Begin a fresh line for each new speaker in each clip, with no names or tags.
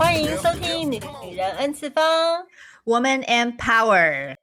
欢迎收听女女人 N 次方。
Woman and Power，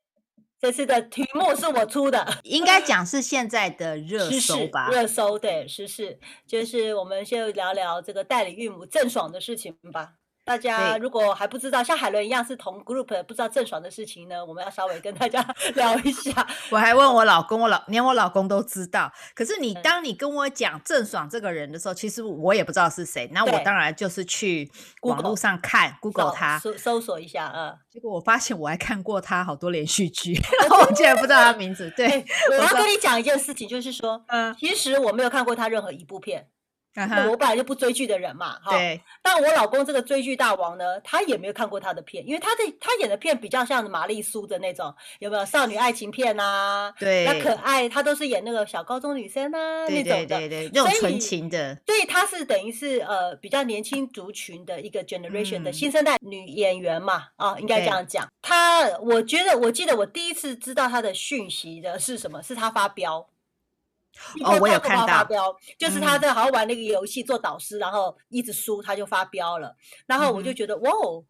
这次的题目是我出的，
应该讲是现在的热
时
搜
事
吧？
热搜啊对时事，就是我们先聊聊这个代理孕母郑爽的事情吧。大家
对
如果还不知道，像海伦一样是同 group 的，不知道郑爽的事情呢，我们要稍微跟大家 聊一下。
我还问我老公，我老连我老公都知道。可是你
嗯
当你跟我讲郑爽这个人的时候，其实我也不知道是谁。那我
对
当然就是去网
Google
络上看 Google
搜
他，
搜搜索一下啊。
结果我发现我还看过他好多连续 剧，然后我竟然不知道他名字。对
哎，我
我
要
知道
跟你讲一件事情，就是说，
嗯，
其实我没有看过他任何一部片，
啊
那
哈
我本来就不追剧的人嘛，哈。
对，
但我老公这个追剧大王呢，他也没有看过他的片，因为他的他演的片比较像玛丽苏的那种，有没有少女爱情片啊？那
对，
可爱，他都是演那个小高中女生啊那
对
种
对
的，
对对，那种
所以
纯情的，
所以他是等于是呃比较年轻族群的一个 generation 的
嗯
新生代女演员嘛，啊，应该这
对
样讲。她，我觉得我记得我第一次知道她的讯息的是什么？是她发飙。
哦我有看
发
到
飙，就是她
嗯
在好像玩那个游戏做导师，然后一直输，她就发飙了。然后我就
嗯哼
觉得、哇哦，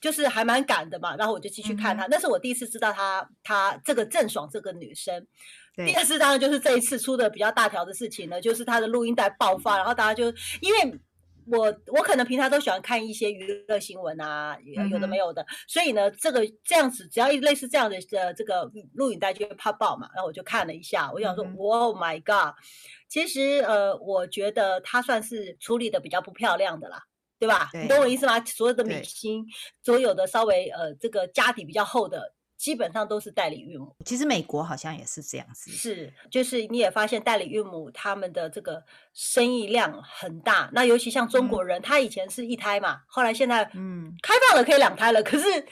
就是还蛮敢的嘛。然后我就继续
嗯
看她，那是我第一次知道她，她这个郑爽这个女生。第
对
二次当然就是这一次出的比较大条的事情呢，就是他的录音带爆发，然后大家就因为。我我可能平常都喜欢看一些娱乐新闻啊，有有的没
嗯哼
有的，所以呢，这个这样子，只要一类似这样的呃这个录影带就会怕爆嘛，然后我就看了一下，我想说、
嗯哼
o h my god！其实呃，我觉得他算是处理的比较不漂亮的啦，对吧？你懂我意思吗？所有的明
对
星，所有的稍微呃这个家底比较厚的，基本上都是代理孕母。
其实美国好像也是这样子。
是，就是你也发现代理孕母他们的这个生意量很大，那尤其像中国人，他以前是一胎嘛，后来现在
嗯，
开放了可以两胎了，可是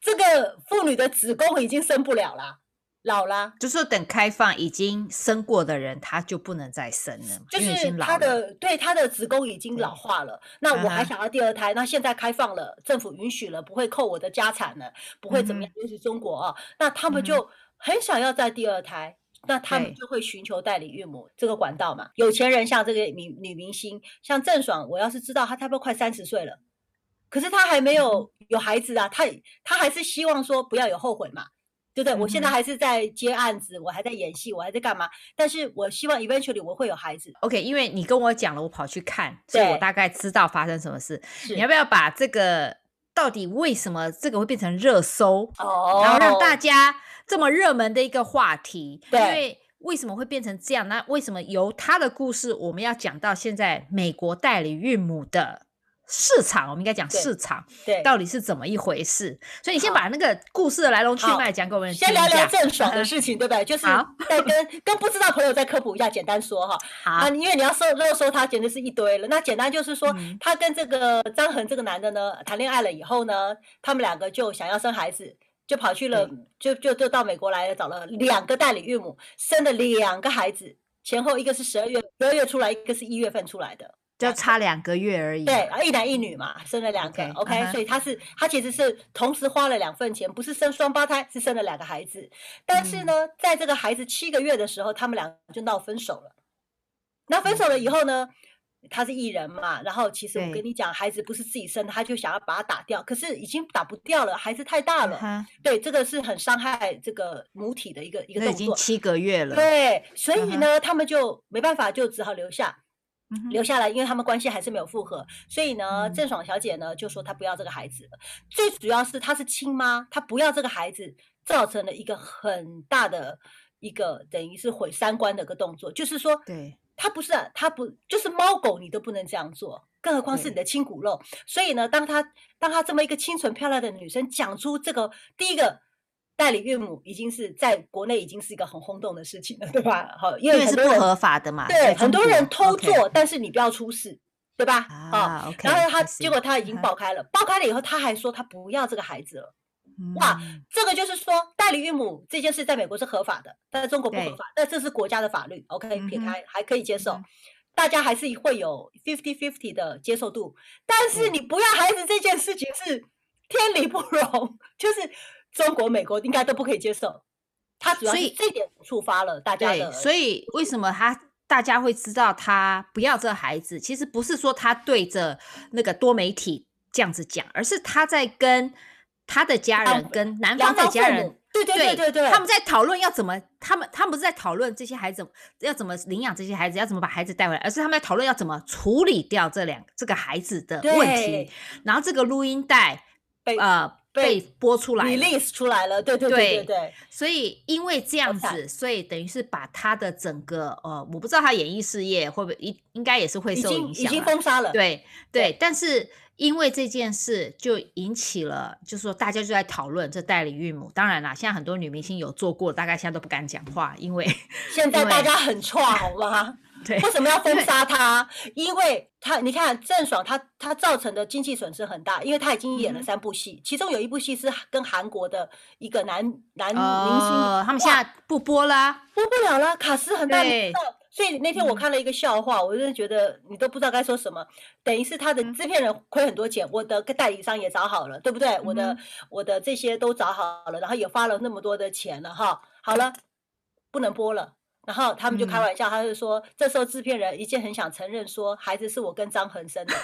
这个妇女的子宫已经生不了啦，老啦，
就是等开放已经生过的人，他就不能再生了嘛，
就
因为已
是
经
她
老了。
的对她的子宫已经
对
老化了。那我还
啊哈
想要第二胎，那现在开放了，政府允许了，不会扣我的家产了，不会怎么样，尤其中国啊，那他们
嗯嗯哼
就很想要在第二胎。那他们
对
就会寻求代理孕母这个管道嘛？有钱人像这个女女明星，像郑爽，我要是知道她差不多快三十岁了，可是她还
嗯
没有有孩子啊，她她还是希望说不要有后悔嘛，对不对？我现在
嗯哼
还是在接案子，我还在演戏，我还在干嘛？但是我希望 eventually 我会有孩子，
OK，因为你跟我讲了，我跑去看，所以我
对
大概知道发生什么事。
是
你要不要把这个到底为什么这个会变成热搜，
哦，
然后让大家这么热门的一个话题？
对
因为为什么会变成这样？那为什么由他的故事，我们要讲到现在美国代理孕母的市场？我们应该讲
对
市场
对，
到底是怎么一回事？所以你先
好
把那个故事的来龙去
好
脉讲给我们听
先
一
聊聊
下。
郑爽的
嗯
事情，对不对？就是
好
再跟跟不知道朋友再科普一下，简单说哈啊，
好，
因为你要搜热搜他，简直是一堆了。那简单就是说
嗯，
他跟这个张恒这个男的呢谈恋爱了以后呢，他们两个就想要生孩子。就跑去了
对，
就就就到美国来了，找了两个代理孕母，生了两个孩子，前后一个是十二月十二月出来，一个是一月份出来的。
就差两个月而已。
对，啊一男一女嘛，生了两个
OK，
，OK，,
嗯哼
所以他是他其实是同时花了两份钱，不是生双胞胎，是生了两个孩子。但是呢，
嗯
在这个孩子七个月的时候，他们俩就闹分手了。那分手了以后呢，他是艺人嘛，然后其实我
对
跟你讲，孩子不是自己生的，他就想要把他打掉，可是已经打不掉了，孩子太大
嗯
了。
哼，
对，这个是很伤害这个母体的一个一个
那已
动
经
作。
七个月了。
对，所以
嗯哼
呢，他们就没办法，就只好留下。
嗯哼
留下来，因为他们关系还是没有复合，所以呢，
嗯
郑爽小姐呢就说她不要这个孩子了。最主要是她是亲妈，她不要这个孩子，造成了一个很大的一个等于是毁三观的一个动作，就是说
对，
他不是啊，他不就是猫狗你都不能这样做，更何况是你的亲骨肉。所以呢，当她当她这么一个清纯漂亮的女生讲出这个第一个。代理孕母已经是在国内已经是一个很轰动的事情了，对吧？好，因
因
为
为
很
是
多
不
人
合法的嘛。
对，
在
很
中
多人
国
偷
OK 嗯
做，但是你不要出事，对吧？啊，
啊，OK，
然后他
I
结
see
果他已经
嗯哼
爆开了，爆开了以后他还说他不要这个孩子了。哇
嗯
这个就是说，代理孕母这件事在美国是合法的，但在中国不合
对
法，那这是国家的法律，OK，撇
嗯哼
开还可以接受
嗯。
大家还是会有 fifty fifty 的接受度，但是
嗯
你不要孩子这件事情是天理不容，就是中国、美国应该都不可以接受。他主要
所
是
以
这点触发了大家
对，
的，
所以为什么他大家会知道他不要这孩子？其实不是说他对着那个多媒体这样子讲，而是他在跟他的家
两
人、跟男
两
方的
方
家
父
人
母，对对对对对，
他们在讨论要怎么，他们他们不是在讨论这些孩子要怎么领养这些孩子，要怎么把孩子带回来，而是他们在讨论要怎么处理掉这两这个孩子的问题
对。
然后这个录音带
被
呃被
被
播出来了，
release 出来了，对对对对对，
所以因为这样
惨
子，所以等于是把他的整个呃，我不知道他演艺事业会不会应应该也是会
已
受
经
影
已
响啊
经
啦。
封杀了，
对
对
对，但是因为这件事就引起了，就是说大家就在讨论这代理孕母。当然啦，现在很多女明星有做过，大概现在都不敢讲话，因为
现在
因
大
为
家很串，好吗？
对
为什么要封
对
杀 他？因为他，你看郑爽她，她造成的经济损失很大，因为她已经演了
嗯哼
三部戏，其中有一部戏是跟韩国的一个男男明星，
呃，他们现
哦哇
在不播啦。
播不了了，卡斯很大，你
对
知道所以那天我
嗯
看了一个笑话，我真的觉得你都不知道该说什么。等于是他
嗯
的制片人亏很多钱，我的代理商也找好了，对不对？我的
嗯
我的这些都找好了，然后也花了那么多的钱了哈。好了，不能播了。然后他们就开
嗯
玩笑，他就说，这时候制片人一定很想承认说，孩子是我跟张恒 生的，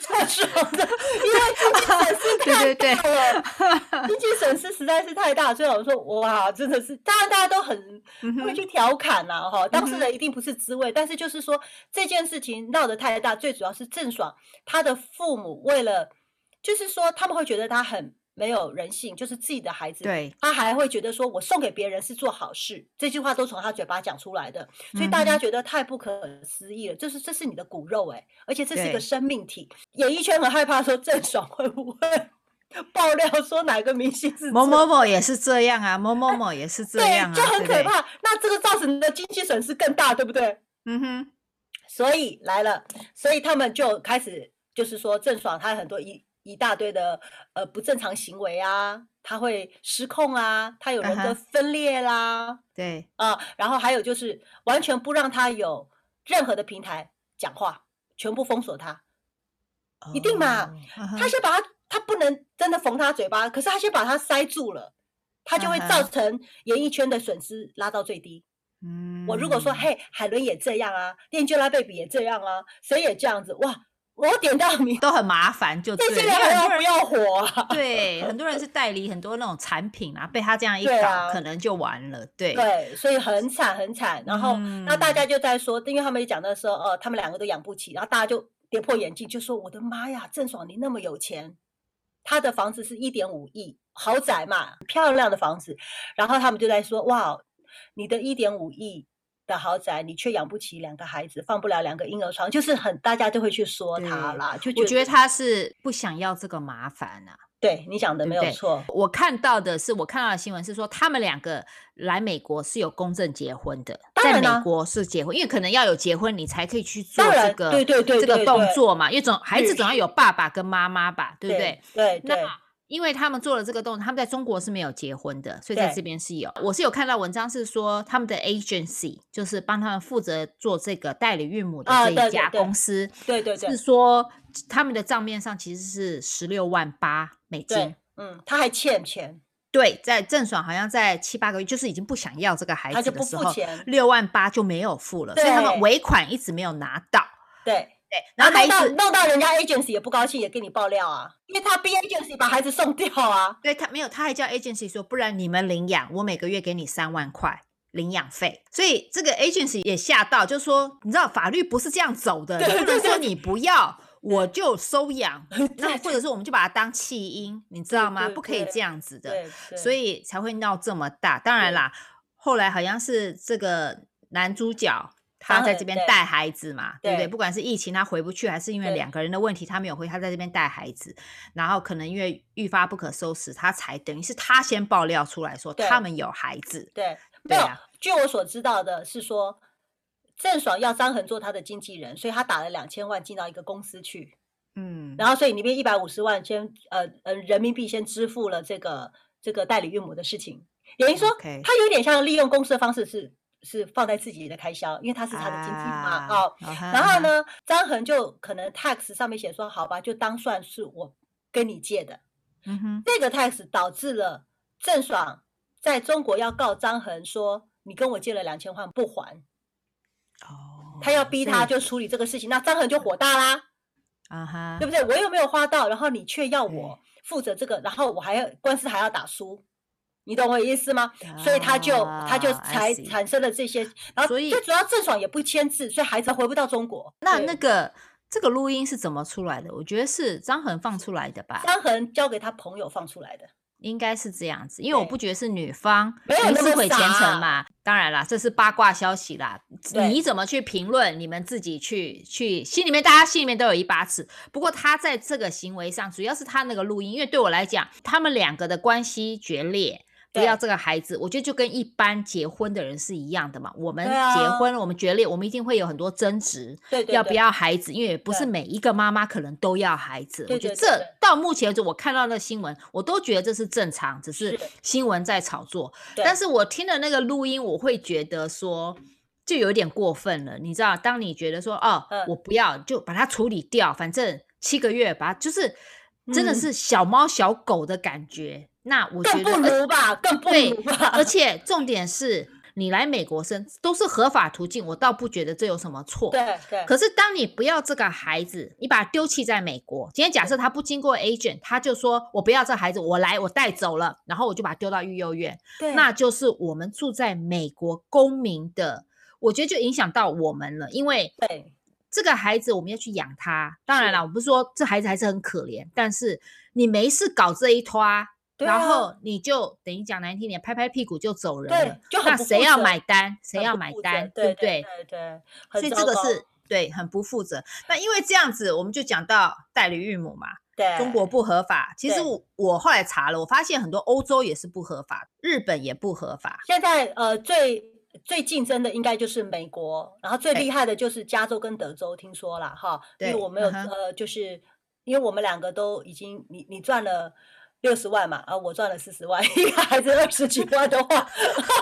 超爽的，因为经济损失
对
太
对对
大了，经济损失实在是太大，所以我说哇，真的是，当然大家都很
嗯
会
哼，
去调侃啦、哈，当事
嗯
人一定不是滋味，但是就是说这件事情闹得太大，最主要是郑爽她的父母为了，就是说他们会觉得她很没有人性，就是自己的孩子，
对，
她还会觉得说我送给别人是做好事，这句话都从她嘴巴讲出来的，所以大家
嗯哼
觉得太不可思议了，就是这是你的骨肉哎、而且这是一
对
个生命体，演艺圈很害怕说郑爽会不会 爆料说哪个明星是
某
最
某某也是这样啊，某某某也是这
对
样啊，
就很
对不
可
对。
怕。那这个造成的经济损失更大，对不对？
嗯哼，
所以来了，所以他们就开始就是说郑爽她很多一一大堆的呃不正常行为啊，她会失控啊，她有人
啊哈
格分裂啦
对，
啊、然后还有就是完全不让她有任何的平台讲话，全部封锁她。一定嘛
哦，啊哈
他先把他，他不能真的缝他嘴巴，可是他先把他塞住了，他就会
啊
造
哈
成演艺圈的损失拉到最低。
嗯，
我如果说，嘿，海伦也这样啊，恋旧拉贝比也这样啊，谁也这样子，哇，我点到名，
都很麻烦，就
这
对
些
了
人
因为
还
很
要
多
不
人
要火啊？
对，很多人是代理很多那种产品啊，被他这样一搞，
对啊
可能就完了。对，
对，所以很惨很惨。然后，
嗯
那大家就在说，因为他们也讲到说，哦、他们两个都养不起，然后大家就跌破眼镜，就说我的妈呀，郑爽你那么有钱，她的房子是一点五亿豪宅嘛，漂亮的房子。然后他们就在说，哇，你的一点五亿。的豪宅，你却养不起两个孩子，放不了两个婴儿床，就是很大家就会去说他
对
啦，就
我觉得他是不想要这个麻烦啊。
对你讲的
对
没
不
有
对
错，
我看到的是，我看到的新闻是说，他们两个来美国是有公证结婚的，
当
在
然啦
美国是结婚，因为可能要有结婚，你才可以去做
当
这
然
个
对对对
这个
对
动
对
作嘛，因为总孩子
是
总要有爸爸跟妈妈吧，对不对？
对
那
对，
因为他们做了这个动作，他们在中国是没有结婚的，所以在
对
这边是有。我是有看到文章是说，他们的 agency 就是帮他们负责做这个代理孕母的
啊对
这一
对
家
对
公司，
对对对
是说他们的账面上其实是十六万八美金
对。，嗯，他还欠钱，
对，在郑爽好像在七八个月，就是已经不想要这个孩
他
子
就
的
不
时
付
候，
钱，
六万八就没有付了，所以他们
对
尾款一直没有拿到。
对，
对，然
然
后
后
孩
弄到
子
弄到人家 agency 也不高兴，也给你爆料啊，因为他逼 agency 把孩子送掉啊，
对他没有，他还叫 agency 说，不然你们领养，我每个月给你三万块领养费。所以这个 agency 也吓到，就说你知道法律不是这样走的，你
对
不
对
能说
对
你不要。我就收养
对，
那
对
或者是我们就把它当弃婴，你知道吗？
对
不可以
对
这样子的，
对，
所以才会闹这么大。当然
对
啦，后来好像是这个男主角他
当
在
然
这边
嗯对
带孩子嘛，对不对？
对
不管是疫情他回不去，还是因为
对
两个人的问题他没有回，他在这边带孩子，然后可能因为愈发不可收拾，他才等于是他先爆料出来说
对
他们有孩子，
对，没
对
有
啊，
据我所知道的是说，郑爽要张恒做他的经纪人，所以他打了两千万进到一个公司去，
嗯，
然后所以里面一百五十万先呃呃人民币先支付了这个这个代理孕母的事情，也于说
OK
他有点像利用公司的方式是是放在自己的开销，因为他是他的经纪
啊
嘛，哦，然
然
后？呢，张恒就可能 tax 上面写说好吧，就当算是我跟你借的，
嗯哼，
这个 tax 导致了郑爽在中国要告张恒说你跟我借了两千万不还，
哦
他要逼
所
他
以
就处理这个事情，那张恒就火大啦。
啊哈
对，不对？我又没有花到，然后你却要我负责这个，然后我还要官司还要打输，你懂我意思吗？所以他就他就
啊，I
才
see
产生了这些，然后
所以
最主要郑爽也不签字，所以孩子回不到中国。
那
对
那个这个录音是怎么出来的？我觉得是张恒放出来的吧，
张恒交给他朋友放出来的，
应该是这样子，因为我
对
不觉得是女方
没有
不
那
自
么
毁前
傻
程嘛。当然啦，这是八卦消息啦，
对
你怎么去评论，你们自己去去心里面，大家心里面都有一把尺。不过他在这个行为上，主要是他那个录音，因为对我来讲，他们两个的关系决裂。不
对
要这个孩子，我觉得就跟一般结婚的人是一样的嘛。我们
对
结
啊
婚了，我们决裂，我们一定会有很多争执。
对对
要不
对
要孩子，因为也不是
对
每一个妈妈可能都要孩子。
对
我觉得
对对
这
对
到目前为止，我看到的新闻，我都觉得这是正常，只是
是
新闻在炒作。
对
但是我听了那个录音，我会觉得说。就有点过分了，你知道？当你觉得说哦，
嗯
我不要，就把它处理掉，反正七个月把它，就是真的
嗯
是小猫小狗的感觉。那我觉
更
得
不
而
如吧，更不
对
如吧。
而且重点是你来美国生都是合法途径，我倒不觉得这有什么错。
对对，
可是当你不要这个孩子，你把他丢弃在美国，今天假设他不经过 agent，他就说我不要这孩子，我来我带走了，然后我就把他丢到育幼院，
对
那就是我们住在美国公民的，我觉得就影响到我们了，因为
对
这个孩子我们要去养他。当然
是
了，我不是说这孩子还是很可怜，但是你没事搞这一拖啊。
对
然
啊
后你就等于讲难听点，拍拍屁股就走人
对
了。，
就很
那
不
谁
负
要
责
买？单？谁
很
要
不
买
负责
单？
对
不对？
对对，很
所以这
糟
个
糕
是对很不负责。那因为这样子，我们就讲到代理孕母嘛，
对
中国不合法。其实
对
我我后来查了，我发现很多欧洲也是不合法，日本也不合法。
现在呃最最竞争的应该就是美国，然后最
对
厉害的就是加州跟德州，听说啦哈，因为
对
我没有、
嗯哼
呃就是因为我们两个都已经你你赚了。六十万嘛，啊，我赚了四十万，一个孩子二十几万的话，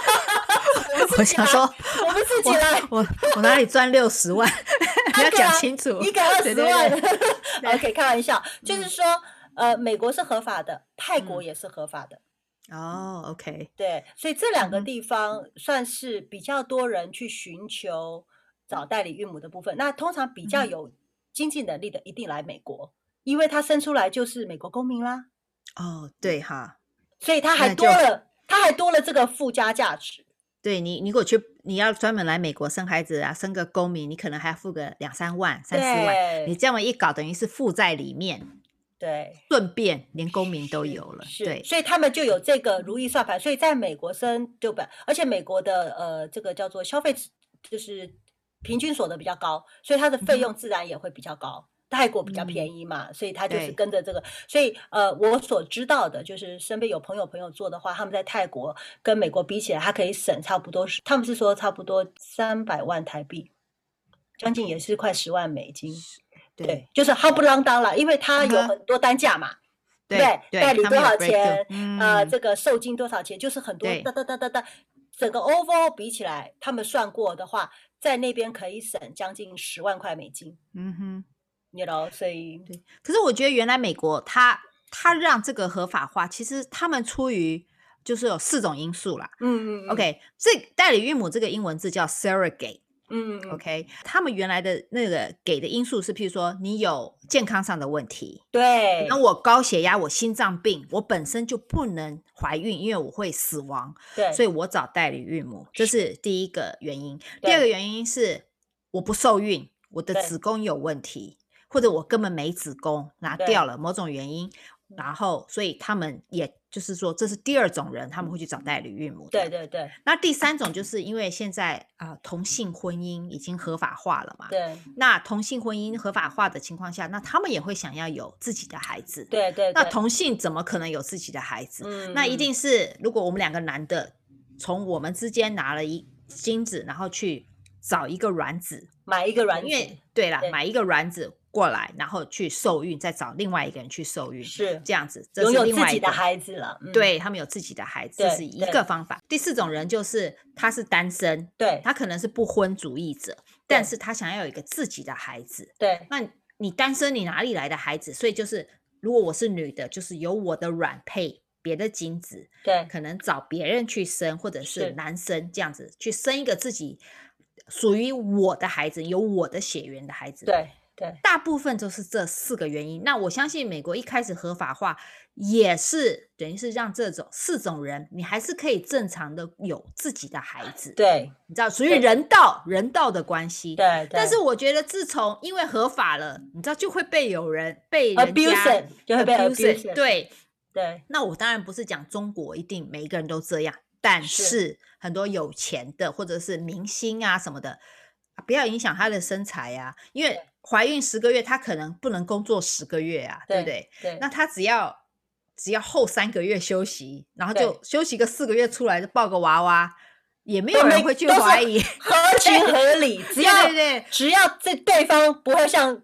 我
啊
想说，
我们自己
我
来，
我我哪里赚六十 万？ 你要
对
讲
啊
清楚，
一个二
对
十
对
万
对
，OK，开玩笑，就是说，呃，美国是合法的，泰国
嗯
也是合法的，
哦，OK，
对，所以这两个
嗯
地方算是比较多人去寻求找代理孕母的部分。那通常比较
嗯
有经济能力的，一定来美国，因为他生出来就是美国公民啦，嗯
哦，对哈，
所以他
那
还
就
多了，他还多了这个附加价值。
对你，你如果去，你要专门来美国生孩子啊，生个公民，你可能还要付个两三万、三四万，你
对
这么一搞，等于是负在里面，
对，
顺便连公民都
是
有了，
是
对，
所以他们就有这个如意算盘。所以在美国生就本，而且美国的呃这个叫做消费者就是平均所得比较高，所以它的费
嗯哼
用自然也会比较高。泰国比较便
嗯
宜嘛，所以它就是
对
跟着这个。所以呃，我所知道的就是身边有朋友朋友做的话，他们在泰国跟美国比起来，它可以省差不多是，他们是说差不多三百万台币，将近也是快十万美金。对，就是浩不啷当了，因为它有
嗯哼
很多单价嘛。
对
对
对，
代理
他
多
们有
少
breakdown，
钱呃，
嗯，
这个受精多少钱，就是很多
对
哒哒哒哒哒，整个 overall 比起来，他们算过的话，在那边可以省将近十万块美金，
嗯哼。
你知道，所以
对，可是我觉得原来美国它它让这个合法化，其实他们出于就是有四种因素啦。
嗯嗯
OK，这代理孕母这个英文字叫 surrogate。
嗯嗯嗯
OK，他们原来的那个给的因素是，譬如说你有健康上的问题，
对
那我高血压、我心脏病，我本身就不能怀孕，因为我会死亡，
对，
所以我找代理孕母，这是第一个原因。第
对
二个原因是我不受孕，我的
对
子宫有问题，或者我根本没子宫拿
对嗯
掉了某种原因，然后所以他们也就是说这是第二种人，他们会去找代理孕母。
对。对对
那第三种就是因为现在啊、同性婚姻已经合法化了嘛，
对
那同性婚姻合法化的情况下，那他们也会想要有自己的孩子。
对对，
那
对
同性怎么可能有自己的孩子？
嗯
那一
嗯
定是如果我们两个男的从我们之间拿了一精子，然后去找一个卵子，
嗯买一个软
因为
件
对啦，
对
买一个卵子过来，然后去受孕，再找另外一个人去受孕，
是
这样子，这
拥
是
有
另
自
外一
己的
个。
孩子了，嗯
对他们有自己的孩子，这
对
是一
对
个方法。第四种人就是他是单身，
对
他可能是不婚主义者，但
对
是他想要有一个自己的孩子，
对
那你单身，你哪里来的孩子？所以就是，如果我是女的，就是由我的卵配别的精子，
对
可能找别人去生，或者是
是
男生这样子去生一个自己属于我的孩子，有我的血缘的孩子。
对对，
大部分都是这四个原因。那我相信美国一开始合法化也是等于是让这种四种人，你还是可以正常的有自己的孩子，
对
你知道属于
对
人道人道的关系。
对，
但是我觉得自从因为合法了，你知道就会被有人被人家
abuse 就会被 abuse，
对，
对
那我当然不是讲中国一定每一个人都这样，但
是
是很多有钱的或者是明星啊什么的，啊不要影响他的身材啊，因为怀孕十个月，她可能不能工作十个月啊，对不对？
对，
那她只要只要后三个月休息，然后
对
就休息个四个月出来，抱个娃娃，也没
都
有人
没
会去
都是
怀疑，
合情合理，只
对
要
对对
只要这对方不会像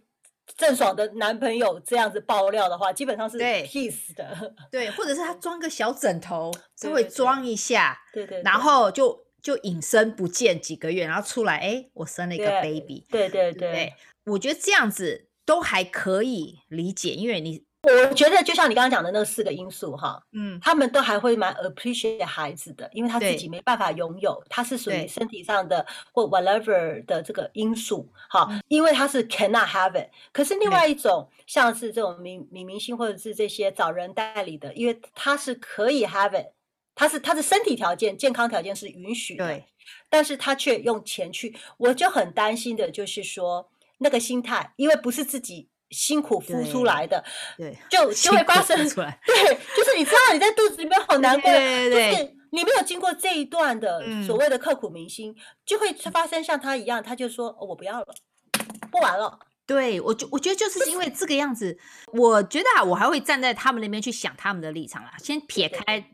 郑爽的男朋友这样子爆料的话，基本上是
对
peace 的。
对，或者是她装个小枕头，稍
对
微
对对
装一下，
对对，
然
对
后就就隐身不见几个月，然后出来，哎，我生了一个
对
baby，
对对
对不
对
对，？我觉得这样子都还可以理解，因为你，
我觉得就像你刚刚讲的那四个因素哈，
嗯，
他们都还会蛮 appreciate 孩子的，因为他自
对
己没办法拥有，他是属于
对
身体上的或 whatever 的这个因素，哈，因为他是 cannot have it。可是另
嗯对
外一种，像是这种明明明星或者是这些找人代理的，因为他是可以 have it，他是他的身体条件、健康条件是允许的，
对，
但是他却用钱去，我就很担心的就是说那个心态，因为不是自己辛苦孵出
对
来的，
对，
就
辛
就会
苦
发
孵
生
出来，
对，就是你知道你在肚子里面好难过，
对对
就
对
是你没有经过这一段的所
嗯
谓的刻骨铭心，就会发生像他一样，他就说、哦我不要了，不玩了，
对，我就我觉得就是因为这个样子，我觉得啊，我还会站在他们那边去想他们的立场啦。先撇
对对
开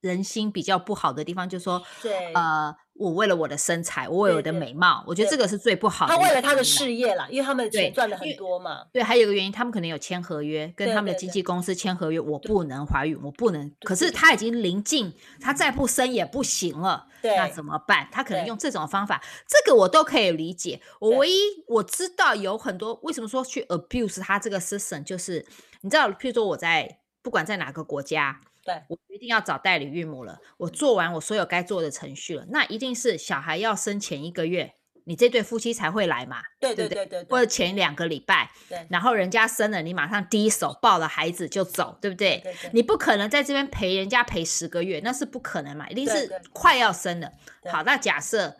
人心比较不好的地方，就说，
对，
呃，我为了我的身材，我为了
对
我的
对
美貌，我觉得
对
这个是最不好的
他
一个原因啦。
为了他的事业啦，因为他们的
对
钱赚的
因
很
为
多嘛，
对，还有一个原因，他们可能有签合约，跟
对
他们的
对
经
对
纪公司签合约，我不能怀孕，我不能。可
对
是他已经临近，他再不生也不行了，
对
那怎么办？他可能
对
用这种方法，这个我都可以理解。我
对
唯一我知道有很多为什么说去 abuse 他这个 system，就是你知道，譬如说我在不管在哪个国家。
对
我决定要找代理孕母了。我做完我所有该做的程序了，那一定是小孩要生前一个月，你这对夫妻才会来嘛。
对
对
对对对
或
对
者前两个礼拜，
对
然后人家生了，你马上第一手抱了孩子就走，对不对？
对对，
你不可能在这边陪人家陪十个月，那是不可能嘛，一定
对
是
对
快要生了。
对
好，那假设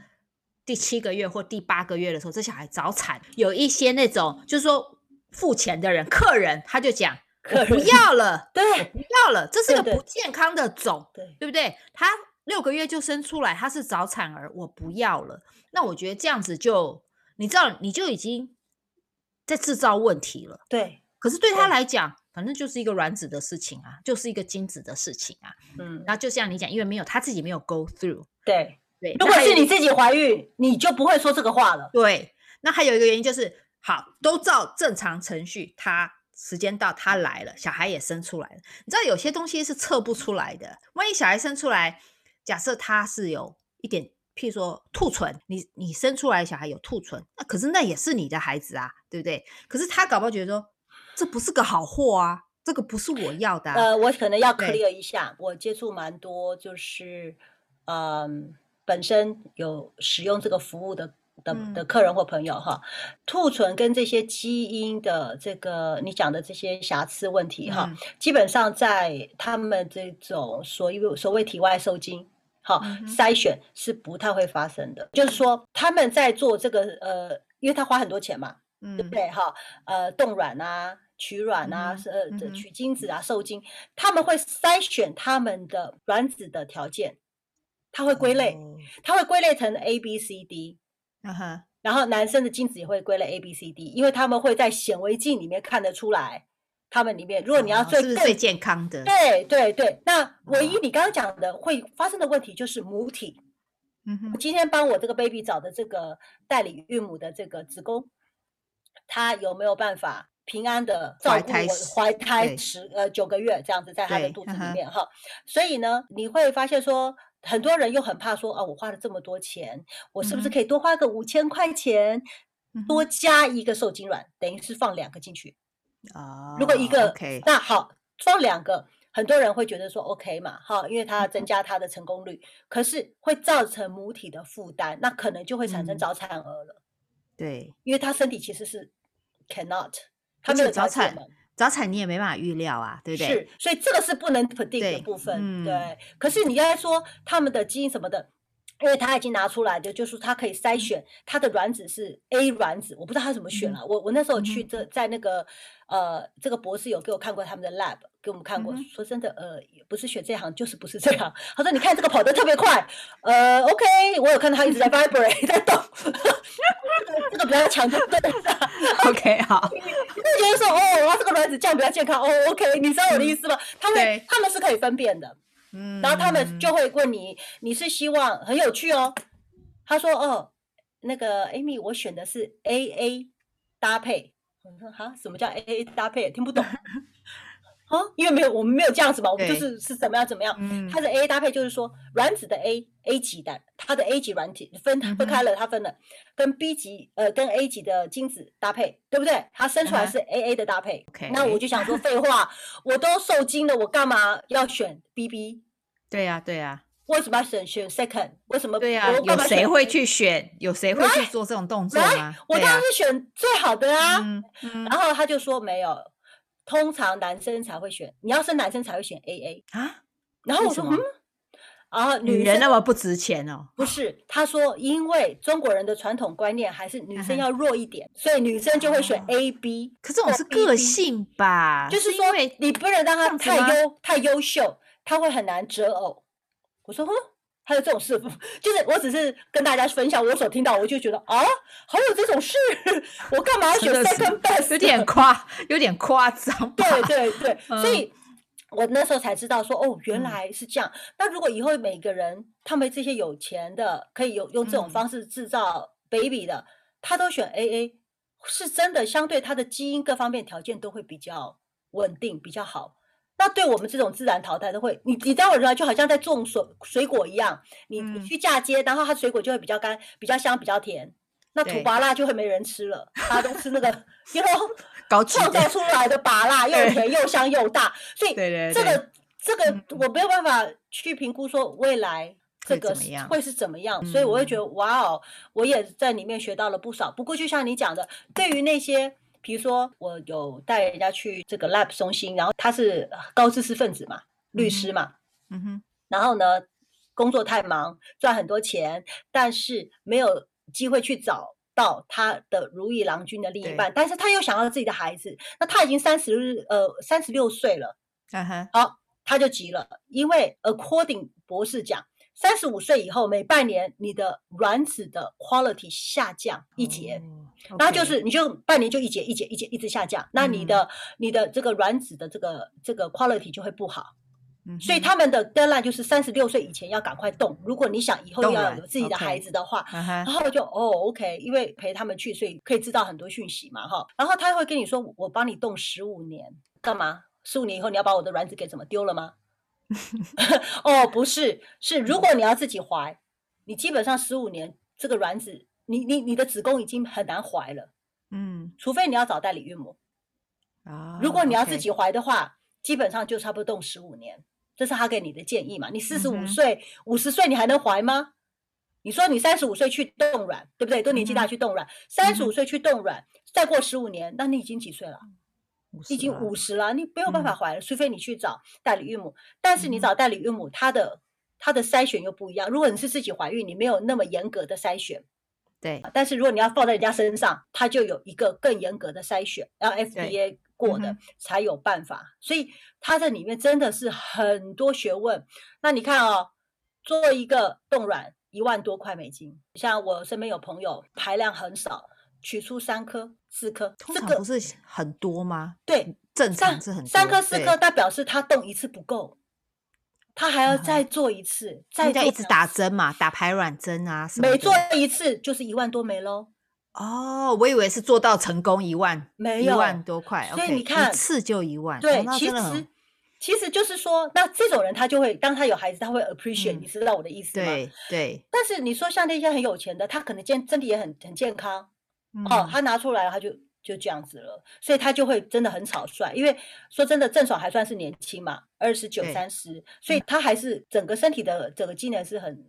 第七个月或第八个月的时候，这小孩早产，有一些那种就是说付钱的人、客人，他就讲
客
我不
人
要了，我
对
不要了，这是
对
个
对
不健康的种。
对
对不对？他六个月就生出来，他是早产儿，我不要了。那我觉得这样子就，你知道，你就已经在制造问题了。
对，
可是对他
对
来讲，反正就是一个卵子的事情啊，就是一个精子的事情啊。
嗯，
然后就像你讲，因为没有他自己没有 go through，
对。
对。
如
那
果
还有
是
一
你自己怀孕，你就不会说这个话了。
对，那还有一个原因就是，好，都照正常程序，他时间到，他来了，小孩也生出来了。你知道有些东西是测不出来的，万一小孩生出来，假设他是有一点，譬如说兔唇，你你生出来的小孩有兔唇，那可是那也是你的孩子啊，对不对？可是他搞不好觉得说，这不是个好货啊，这个不是我要的、啊。
呃，我可能要
对
clear 一下，我接触蛮多，就是嗯，本身有使用这个服务的的的
嗯
客人或朋友哈，兔唇跟这些基因的这个你讲的这些瑕疵问题哈，
嗯
基本上在他们这种所谓所谓体外受精。好
嗯，哼
筛选是不太会发生的，就是说他们在做这个呃，因为他花很多钱嘛，对不
嗯，
对？哈，呃，冻卵啊、取卵啊、
嗯哼
呃、
嗯
这
哼
取精子啊、受精，他们会筛选他们的卵子的条件，他会归类，
哦，
他会归类成 A、B、C、D，
嗯哼，
然后男生的精子也会归类 A、B、C、D，因为他们会在显微镜里面看得出来，他们里面如果你要
哦
最
是不是
更
最健康的？
对对对，那唯一
啊
你刚刚讲的会发生的问题就是母体。
嗯哼
我，今天帮我这个 baby 找的这个代理孕母的这个子宫，她有没有办法平安的照
怀
顾
胎
我
时
怀胎
对
十呃九个月这样子在她的
对
肚子
嗯
里
哼
面哈？所以呢，你会发现说。很多人又很怕说啊，我花了这么多钱，我是不是
嗯哼
可以多花个五千块钱，
嗯
多
哼
加一个受精卵，等于是放两个进去？
哦，
如果一个
OK，
那好放两个，很多人会觉得说 OK 嘛，哈，因为
嗯
它增加它的成功率，可是会造成母体的负担，那可能就会产生
嗯
早产儿了，
对，
因为他身体其实是 cannot，
而
他没
且
有
早
条件
产
嘛。
早产你也没办法预料啊，对不对？
是，所以这个是不能 predict
对
的部分。
嗯
对，可是你刚才说他们的基因什么的，因为他已经拿出来的，就是他可以筛选他的卵子是 A 卵子，我不知道他怎么选
嗯
了、我我那时候去
嗯
这在那个呃，这个博士有给我看过他们的 lab，给我们看过。
嗯哼
说真的，呃，也不是学这行就是不是这行。他说你看这个跑得特别快，呃，OK，我有看到他一直在 vibrate 在动，这个比较强，对不对？
OK，好，
就觉得说，哦，哇，这个卵子这样比较健康，哦，OK，你知道我的意思吗？他们
嗯对
他们是可以分辨的，
嗯
然后他们就会问你，你是希望很有趣哦？他说，哦，那个 Amy，我选的是 AA 搭配。我说哈，什么叫 AA 搭配？听不 懂啊，因为没有我们没有这样子嘛，我们就
对
是是怎么样怎么样。
嗯
它的 A 搭配就是说，卵子的 A A 级的，它的 A 级卵体分
嗯
分
哼
开了，它分了，跟 B 级呃跟 A 级的精子搭配，对不对？它生出来
嗯哼
是 A A 的搭配。
OK
那我就想 说，废话，我都受精了，我干嘛要选 B B？
对呀、对呀、
为什么要选选 second？为什么
对呀、
我干
有
嘛
谁
选
会去选？有谁会去做这种动作
来
吗？
我
对
当
呀
然是选最好的啊。
嗯嗯
然后他就说没有，通常男生才会选，你要生男生才会选 A A。
啊，
然后
为
我
什
说
么
嗯，然后
女
女
人
生
那么不值钱哦。
不是，他说因为中国人的传统观念还是女生
嗯哼
要弱一点，所以女生就会选
哦
A B，
可这种
或
是
BB
个性吧？
就是
因
说
为
你不能让
这
她
样子
太
吗
优太优秀，她会很难择偶。我说，哼，还有这种事， 就是我只是跟大家分享我所听到，我就觉得啊，还有这种事， 我干嘛要选
真的
second
是
best？
有点夸，有点夸张吧？
对对对，所
嗯
以我那时候才知道说，哦，原
嗯
来是这样。那如果以后每个人他们这些有钱的，可以有用这种
嗯
方式制造 baby 的，他都选 AA，是真的，相对他的基因各方面条件都会比较稳定，比较好。那对我们这种自然淘汰都会，你你待会儿来就好像在种水水果一样，你你
嗯
去嫁接，然后它水果就会比较干、比较香、比较甜，那土
对
拔辣就会没人吃了，大家都吃那个 ，you know，
高级
创造
的，
出来的拔辣又
对
甜又香又大，所以
对对
这
对
个这个
嗯
我没有办法去评估说未来这
会
个
怎么
是
样嗯
会是怎么样，所以我会觉得哇哦，我也在里面学到了不少。不过就像你讲的，对于那些。比如说，我有带人家去这个 lab 中心，然后他是呃高知识分子嘛，律
嗯
师嘛，
嗯哼，
然后呢，工作太忙，赚很多钱，但是没有机会去找到他的如意郎君的另一
对
半，但是他又想要自己的孩子，那他已经三十呃三十六岁了，
啊哈，
他就急了，因为 according 博士讲。三十五岁以后，每半年你的卵子的 quality 下降一节，然
哦
后
OK
就是你就半年就一节一节一节一直下降，那你
嗯
的、你的这个卵子的这个这个 quality 就会不好。
嗯
所以
哼
他们的 deadline 就是三十六岁以前要赶快动。如果你想以后
动
要
了
有自己的孩
，OK
子的话，
啊哈
然，后我就哦，OK，因为陪他们去，所以可以知道很多讯息嘛，哈。然后他会跟你说，我帮你冻十五年，干嘛？十五年以后你要把我的卵子给怎么丢了 吗？哦，不是，是如果你要自己怀，你基本上十五年这个卵子，你你你的子宫已经很难怀了，
嗯
除非你要找代理孕母。
啊，
如果你要自
OK
己怀的话，基本上就差不多动十五年，这是他给你的建议嘛。你四十
嗯
五
哼
岁、五十岁你还能怀吗？你说你三十五岁去冻卵，对不对？都年纪
嗯
大
哼
去冻卵，三十
嗯
五岁去冻卵，再过十五年，那你已经几岁了？
50
你已经
了
五十了，你没有办法
嗯
怀了，除非你去找代理孕母。但是你
嗯哼
找代理孕母，她的她的筛选又不一样。如果你是自己怀孕，你没有那么严格的筛选，
对
但是如果你要放在人家身上，它就有一个更严格的筛选，要 FDA 过的
嗯
才有办法。所以它这里面真的是很多学问。那你看哦，做一个冻卵一万多块美金，像我身边有朋友排量很少，取出三颗、四颗，
通
这
常
个
不是很多吗？
对
正
三
常是很
三
多
颗四
对
颗，那表示他冻一次不够，他还要
嗯哼
再做一次，再
他们要
做
一直
两
打
次
针嘛，打排卵针啊什么的。
每做一次就是一万多枚喽，
哦，我以为是做到成功一万
没
一
有。
万多块，
所以
OK，
你看
一次就一万，哦
对，
那
其
真的
实
很
其实就是说，那这种人他就会，当他有孩子，他会 appreciate，、
嗯
你知道我的意思吗？
对对
但是你说像那些很有钱的，他可能健身体也很很健康、哦
嗯，
他拿出来了他就就这样子了，所以他就会真的很草率。因为说真的，郑爽还算是年轻嘛，二十九
对嗯
三十，30, 所以他还是整个身体的整个机能是很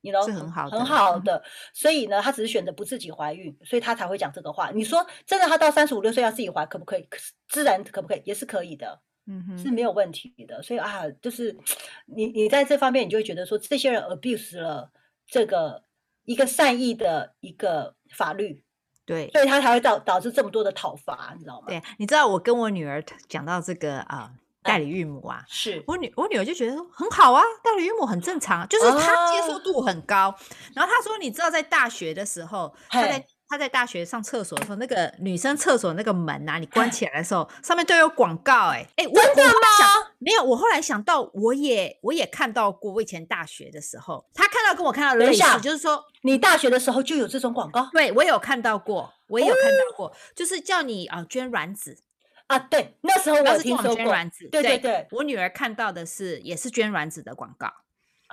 你 know
是很好的嗯
很好的。所以呢，她只是选择不自己怀孕，所以她才会讲这个话。你说真的，她到三十五六岁要自己怀，可不可以？可是自然可不可以？也是可以的。
嗯
是
哼，
没有问题的。所以啊，就是你你在这方面，你就会觉得说，这些人 abuse 了这个一个善意的一个法律，
对
所以他才会导导致这么多的讨伐，你知道吗？，
对，啊你知道我跟我女儿讲到这个啊、
嗯
代理孕母啊，
是
我女我女儿就觉得说很好啊，代理孕母很正常啊，就是她接受
哦
度很高。然后她说，你知道在大学的时候，她在
嘿
她在大学上厕所的时候，那个女生厕所那个门啊呐、你关
嘿
起来的时候，上面都有广告、欸，哎哎，
真的
吗？没有，我后来想到，我也我也看到过，我以前大学的时候，她看到跟我看到的
等一
类
下
似，就是说
你大学的时候就有这种广告
对我有看到过，我也有看
哦
到过，就是叫你啊、呃捐卵子，
啊？对，那时候我
当
有
时
听
叫我们
说
捐
过，
卵子，
对对
对
对，
我女儿看到的是也是捐卵子的广告，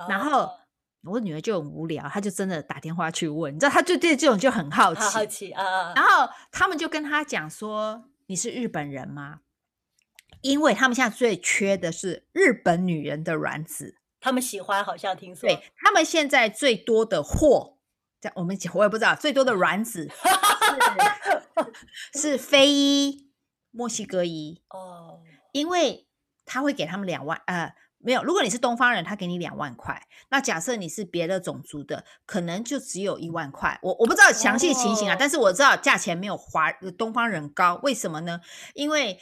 然
哦
后我女儿就很无聊，她就真的打电话去问，你知道她就对这种就很好奇，
好好奇啊啊，
然
啊
后他们就跟她讲说你是日本人吗？因为他们现在最缺的是日本女人的卵子，
他们喜欢，好像听说
对他们现在最多的货，在我们我也不知道最多的卵子是是非裔、墨西哥裔，
哦，
因为他会给他们两万呃。没有，如果你是东方人，他给你两万块。那假设你是别的种族的，可能就只有一
嗯
万块。我我不知道详细情
哦
形啊，但是我知道价钱没有华呃东方人高。为什么呢？因为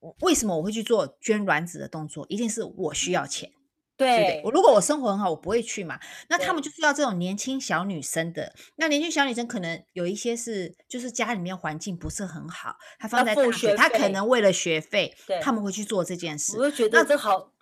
我为什么我会去做捐卵子的动作？一定是我需要钱。对不对
对？
我如果我生活很好，我不会去嘛。那他们
对
就是要这种年轻小女生的。那年轻小女生可能有一些是，就是家里面环境不是很好，她放
要
在
付
大学，
学
她可
费
能为了学费，
对
他们会去做这件事
我。就觉
那
得这好，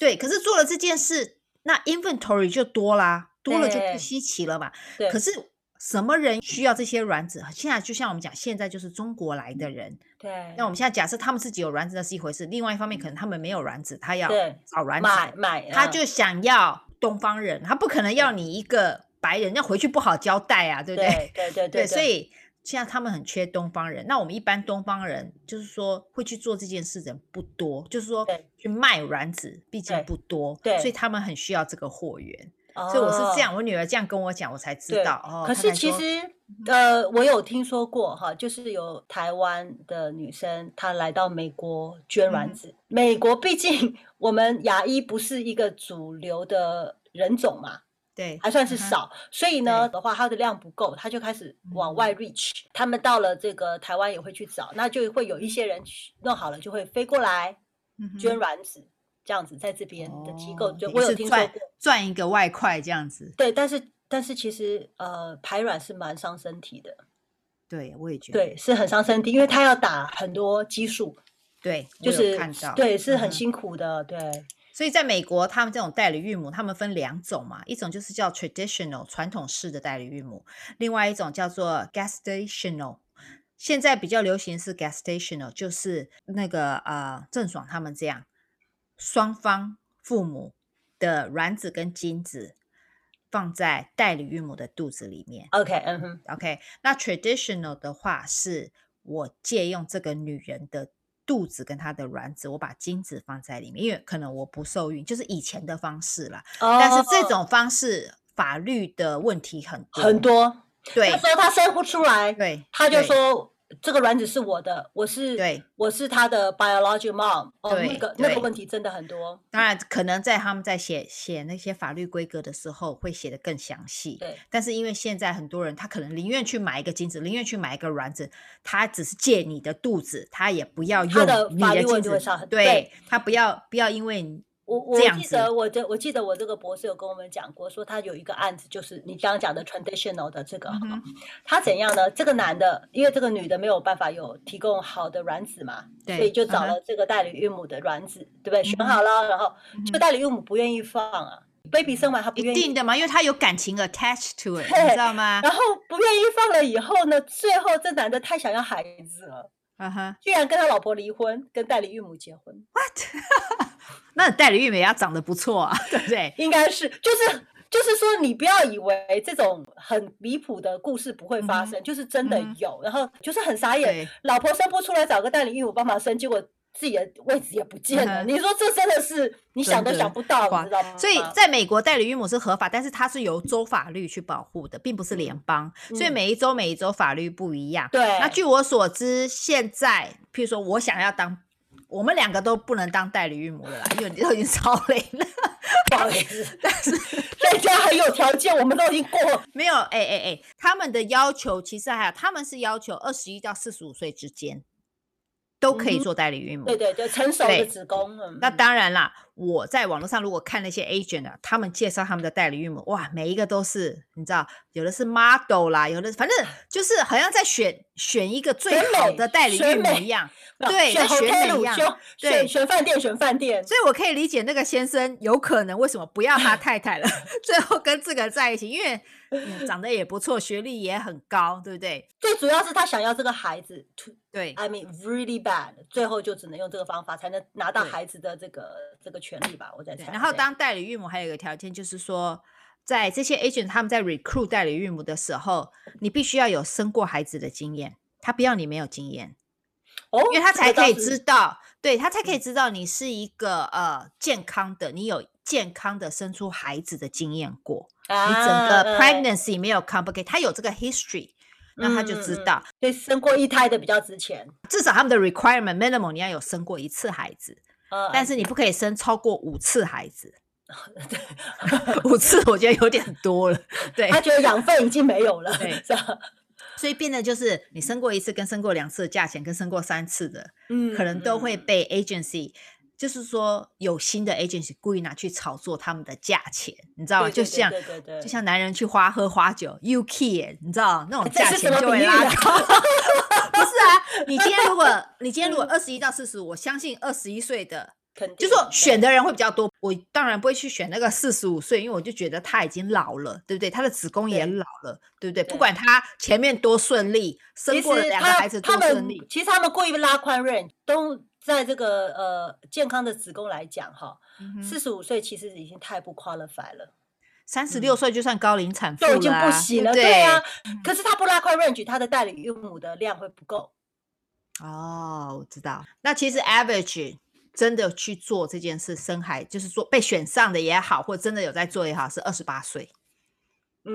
对，可是做了这件事，那 inventory 就多啦，多了就
对
不稀奇了嘛。
对
可是什么人需要这些卵子？现在就像我们讲，现在就是中国来的人。
对，
那我们现在假设他们自己有卵子，那是一回事；另外一方面，可能他们没有卵子，他要
嗯对
找卵子。
买买，
他
嗯
就想要东方人，他不可能要你一个白人，那回去不好交代啊，对不对？
对对对对，
所以现在他们很缺东方人。那我们一般东方人就是说会去做这件事的人不多，就是说
对
去卖卵子，毕竟
对
不多，
对
所以他们很需要这个货源。
所
所以我是这样，我女儿这样跟我讲，我才知
对
道哦。
可
她
是
才
其
说
实，呃，我有听说过哈，就是有台湾的女生她来到美国捐
嗯
卵
哼
子。美国毕竟我们亚裔不是一个主流的人种嘛，
对，
还算是
嗯哼，嗯
少，所以呢的话，它的量不够，它就开始往外 reach。他们到了这个台湾也会去找，那就会有一些人去弄好了就会飞过来
嗯哼
捐卵子，这样子在这边的机构，
哦
就
等于
我有
是
听说
赚
过。
赚一个外快这样子。
对，但是但是其实呃，排卵是蛮伤身体的。
对，我也觉得
对，是很伤身体，因为他要打很多激素，
对，我
就
有
是
看到
对，是
嗯
很
哼
辛苦的，对，
所以在美国，他们这种代理孕母，他们分两种嘛，一种就是叫 traditional 传统式的代理孕母，另外一种叫做 gestational。现在比较流行是 gestational，就是那个呃郑爽他们这样，双方父母的卵子跟精子放在代理孕母的肚子里面。
，OK，嗯哼，
OK，那 traditional 的话是我借用这个女人的肚子跟她的卵子，我把精子放在里面，因为可能我不受孕，就是以前的方式啦。但是这
哦
种方式法律的问题很多
很多，
对
他说他生不出来，
对，
他就
对
说这个卵子是我的，我是
对。
我是他的 biological mom，哦，那
对
个那个
对
问题真的很多，
当然，可能在他们在写写那些法律规格的时候，会写得更详细。
对
但是因为现在很多人，他可能宁愿去买一个精子，宁愿去买一个卵子，他只是借你的肚子，他也不要
他
用
的
你
法
的
律问
精
题会
子
上很。对
对他不要不要因为你
我我
这样
记
子
得我这我记得我这个博士有跟我们讲过，说他有一个案子，就是你刚刚讲的 traditional 的这个哈，
嗯哼
他怎样呢？这个男的，因为这个女的没有办法有提供好的卵子嘛，所
对
以就
嗯
找
哼
了这个代理孕母的卵子，对不对？选
嗯哼
好了，然后就
嗯
代理孕母不愿意放啊，baby 生完她不
一
愿意
定的嘛，因为他有感情 attached to it，你
对
知道 吗？
然后不愿意放了以后呢，最后这男的太想要孩子了，
啊哈
居然跟他老婆离婚，跟代理孕母结婚，
，what？那代理孕母也要长得不错啊，对 不对？
应该是就是。就是说，你不要以为这种很离谱的故事不会发
嗯哼
生，就是真的
嗯哼
有，然后就是很傻眼，
对
老婆生不出来，找个代理孕母帮忙生，结果自己的位置也不见了。
嗯哼
你说这真的是你想都
真的
想不到，
哇
你知道吗？
所以在美国代理孕母是合法，但是它是由州法律去保护的，并不是联
嗯
邦，所以
嗯
每一州每一州法律不一样。
对，
那据我所知，现在譬如说我想要当，我们两个都不能当代理孕母了啦，因为都已经超累了。
不 好意思，但是人家很有条件，我们都已经过了。
没有，哎哎哎，他们的要求其实还有，他们是要求二十一到四十五岁之间都可以
嗯哼
做代理孕 母。
对对对，成熟的
对
子宫，嗯
那
嗯
当然啦，我在网络上如果看那些 agent 啊，他们介绍他们的代理孕母，哇，每一个都是你知道，有的是 model 啦，有的反正就是好像在选选一个最
选
好
美
的代理
选
孕母
美
一样。
那
对
选
那选美
hotel，
一样
选
对
选选饭店，选饭店，
所以我可以理解那个先生有可能为什么不要他太太了， 最后跟这个在一起，因为嗯长得也不错，学历也很高，对不对？
最主要是他想要这个孩子，to
对
I mean really bad，最后就只能用这个方法才能拿到
对
孩子的这个这个权利吧，我在
对
猜。
然后
对
当代理孕母还有一个条件就是说，在这些 agent 他们在 recruit 代理孕母的时候，你必须要有生过孩子的经验，他不要你没有经验，
哦，
因为他
这
才
个倒
可以
是
知道，对他才可以知道你是一个呃健康的，你有健康的生出孩子的经验过，你整个
啊
pregnancy 没有 complicate，他有这个 history。那他就知
嗯嗯嗯
道，
对生过一胎的比较值钱，
至少他们的 requirement minimum 你要有生过一次孩子，
呃，
但是你不可以生超过五次孩子。 五次我觉得有点多了，对
他觉得养分已经没有了，
对
是吧？
所以变得就是你生过一次跟生过两次的价钱，跟生过三次的，
嗯
可能都会
嗯
被 agency，、就是说有新的 agency 故意拿去炒作他们的价钱，你知道吗？
对
就
对对
像
对对 对
就像男人去花喝花酒，UK，你知道那种
哎这
价
是什
钱
么
就
比
会
喻
拉
啊
高。 不是啊，你今天如果你今天如果二十一到四十，我相信二十一岁的
肯定
就说
对
选的人会比较多，我当然不会去选那个四十五岁，因为我就觉得他已经老了，对不对？他的子宫也
对
老了，对不对？不
对
管他前面多顺利，生
其
过了
实
两个
他
孩子多
他
顺
们
利，
其实他们故意拉宽 range，都在这个呃健康的子宫来讲哈，
嗯
四十五岁其实已经太不 qualify 了，
三十六
嗯
岁就算高龄产妇
就已经
了啊
不行了，
对嗯
对啊
不。
可是他不拉宽 range，他的代理孕母的量会不够。
对哦，我知道。那其实 average 真的去做这件事，生孩就是做被选上的也好，或真的有在做也好，是二十八岁，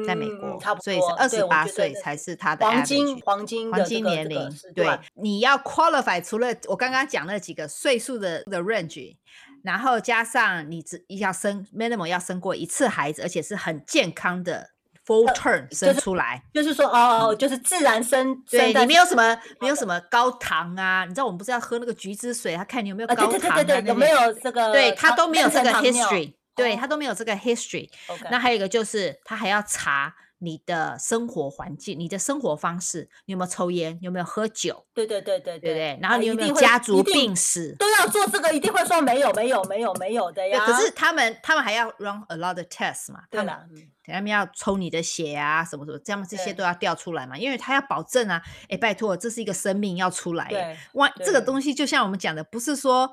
在美
嗯
国，
差不
所以
多
是二
对
十
我
八
觉得
岁
那
才
是
是他的
黄
average
金黄金的
黄
这
金
个
年
这个
龄，
时
对
段，
你要 qualify，除了我刚刚讲那几个岁数的的 range，然后加上你只要生 minimum 要生过一次孩子，而且是很健康的 full term 生出来，
呃就是说哦哦，就是自然生生
嗯对
蛋
你没有什么没
好
有
的
什么高糖啊，你知道我们不是要喝那个橘汁水，他看你有没有
啊，对
高
对
糖
对
啊，
对对，有没
那些？
有这个
对他
糖
都没有
妊
这
娠
个
糖尿
history，对他
哦
都没有这个 history，
OK
那还有一个就是，他还要查你的生活环境、你的生活方式，你有没有抽烟，有没有喝酒，
对对对对
对不对？然
啊
后你
一
有没有
定会
家
一
族
定
病史？
都要做这个，一定会说没有没有没有没有的
对，
呀。
可是他们他们还要 run a lot of tests 嘛，
啊对
他们
啦，嗯
他们要抽你的血啊，什么什么，这样这些
对
都要调出来嘛，因为他要保证啊，哎，拜托，这是一个生命要出来
嗯
耶，
对
万这个
对
东西就像我们讲的，不是说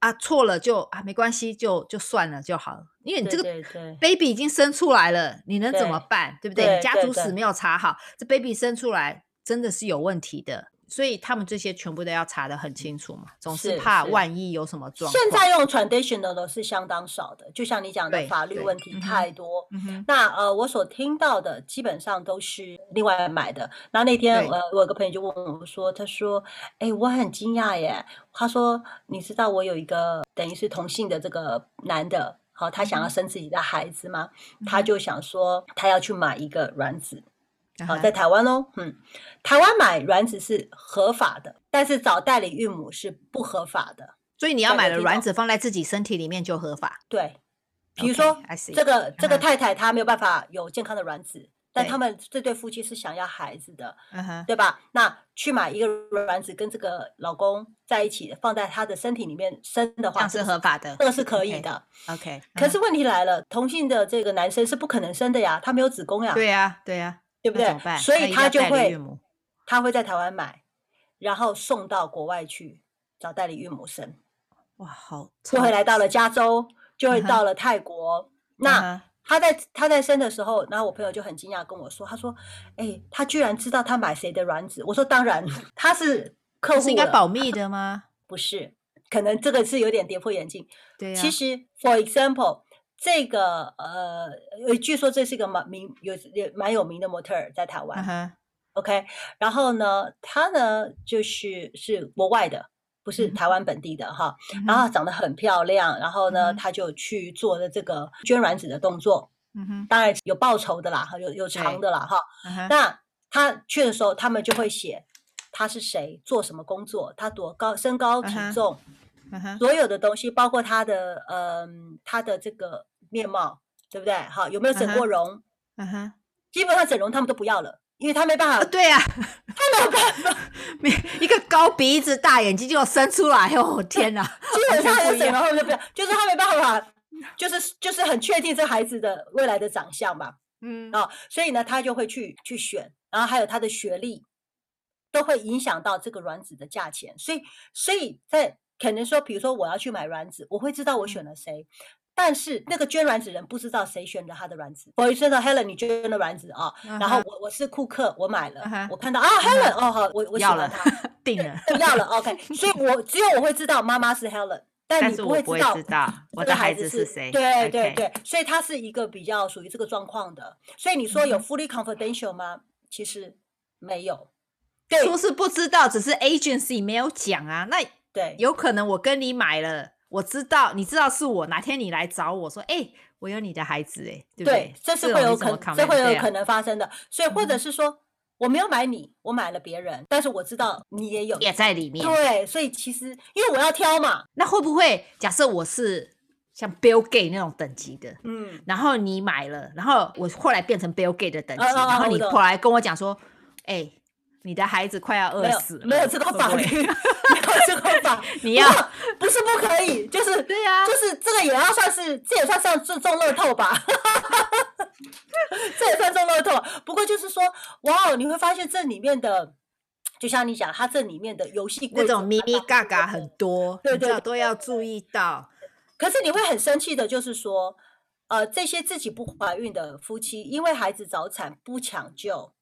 啊错了就啊没关系就就算了就好了，因为你
对
这个
对对
baby 已经生出来了，你能怎么
对
办？对不对？你
对
家
对
族史
对
没有查好，这 baby 生出来真的是有问题的，所以他们这些全部都要查得很清楚嘛，总是
是
怕
是
万一有什么状况。
现在用 traditional 的是相当少的，就像你讲的
对
法律
对
问
嗯
题
哼
太多。
嗯哼，
那呃，我所听到的基本上都是另外买的。那那天
对
呃，我有个朋友就问我说，他说：“哎，我很惊讶耶。”他说：“你知道我有一个等于是同性的这个男的，好、他想要
嗯
生自己的孩子吗？
嗯
他
哼
就想说他要去买一个卵子。”好，
啊
哦在
哈
台湾喽，嗯，台湾买卵子是合法的，但是找代理孕母是不合法的。
所以你要
大
买
家
了
听
卵
到
子放在自己身体里面就合法。
对，比如
OK，
说
I see
这个这个
嗯哼
太太她没有办法有健康的卵子，但
对
他们这对夫妻是想要孩子的，
嗯哼，
对吧？那去买一个卵子跟这个老公在一起，放在他的身体里面生的
这
话，
样
这
是
个
合法的
这。个是可以
OK
的。
OK，
可
嗯
是问题来了，同性的这个男生是不可能生的呀，他没有子宫呀。
对呀对呀，
对不
那
对
怎么办？
所
那
以
一定
他
要
就
代理
会
孕母
他会在台湾买，然后送到国外去找代理孕母生，
哇，好嗯
就会
超
来到了加州，就会
嗯哼
到了泰国。那
嗯哼
他在他在生的时候，然后我朋友就很惊讶跟我说，他说：“哎、他居然知道 他买谁的卵子。”我说：“当然，他是客户
这是应该
了
保密的吗？
不是。”可能这个是有点跌破眼镜。
对呀、啊
其实，for example，这个呃，呃据说这是一个蛮名有也蛮有名的模特儿在台湾、
嗯哼
o k 然后呢，她呢就是是国外的，不是
嗯
台湾本地的哈。
嗯
然后
哼
长得很漂亮，然后呢，
嗯哼
她就去做了这个捐卵子的动作，
嗯哼，
当然有报酬的啦，有有偿
对
的啦哈。
嗯哼，
那他去的时候，他们就会写他是谁，做什么工作，他多高，身高、体
嗯哼
重，
嗯哼，
所有的东西，包括他的嗯、他的这个面貌，对不对？好，有没有整
嗯
过
哼
容？
嗯哼，
基本上整容他们都不要了，因为他没办
啊，
法，
对 呀、啊，没一个高鼻子大眼睛就伸出来，哦天 哪，
基本上
全
他
不
的
一
整
样
容他们就不要，就是他没办 法，就是就是很确定这孩子的未来的长相嘛。
嗯
啊、所以呢，他就会去去选，然后还有他的学历，都会影响到这个卵子的价钱。所以，所以在可能说，比如说我要去买卵子，我会知道我选了谁，但是那个捐卵子人不知道谁选的他的卵子。我一说到 Helen，你捐了卵子啊、然后
嗯哼
我我是库克，我买了
嗯哼
我看到啊 Helen，哦好，我我喜
要
欢
了
他，
定了，
我要了 OK，所以我只有我会知道妈妈是 Helen，但
但
你
是
不
我
会
不会
知道
知道我
这
的
个
孩
孩
子
子
是谁，
对对
OK，
对，所以他是一个比较属于这个状况的。所以你说
嗯
有 fully confidential 吗？其实没有。对
说是不知道，只是 agency 没有讲啊，那
对，
有可能我跟你买了，我知道，你知道是我，哪天你来找我说，哎、我有你的孩子、哎，
对
对不对？，
这是
种
会
你
有
怎
可
么
能，
comment？
这会
对
有
啊
可能发生的。所以或
嗯
者是说，我没有买你，我买了别人，但是我知道你也有。
也在里面。
对，所以其实因为我要挑嘛，
那会不会假设我是像 Bill Gay 那种等级的，
嗯，
然后你买了，然后我后来变成 Bill Gay 的等级，
哦哦哦
然后
我
你
懂
后来跟我讲说，哎、你的孩子快要
没
饿
有
死了，
没有这个
会不
法
会
律， 没有这个法，
你
不
要
过不是不可以，就是
对啊呀、
就是这个也要算是，这也算上中中乐透吧， 这也算中乐透。不过就是说，哇哦，你会发现这里面的，就像你讲，它这里面的游戏规
那
则
种咪咪嘎嘎很多，
对
你知
对
道都要注意到。
可是你会很生气的，就是说，呃，这些自己不怀孕的夫妻，因为孩子早产不抢救，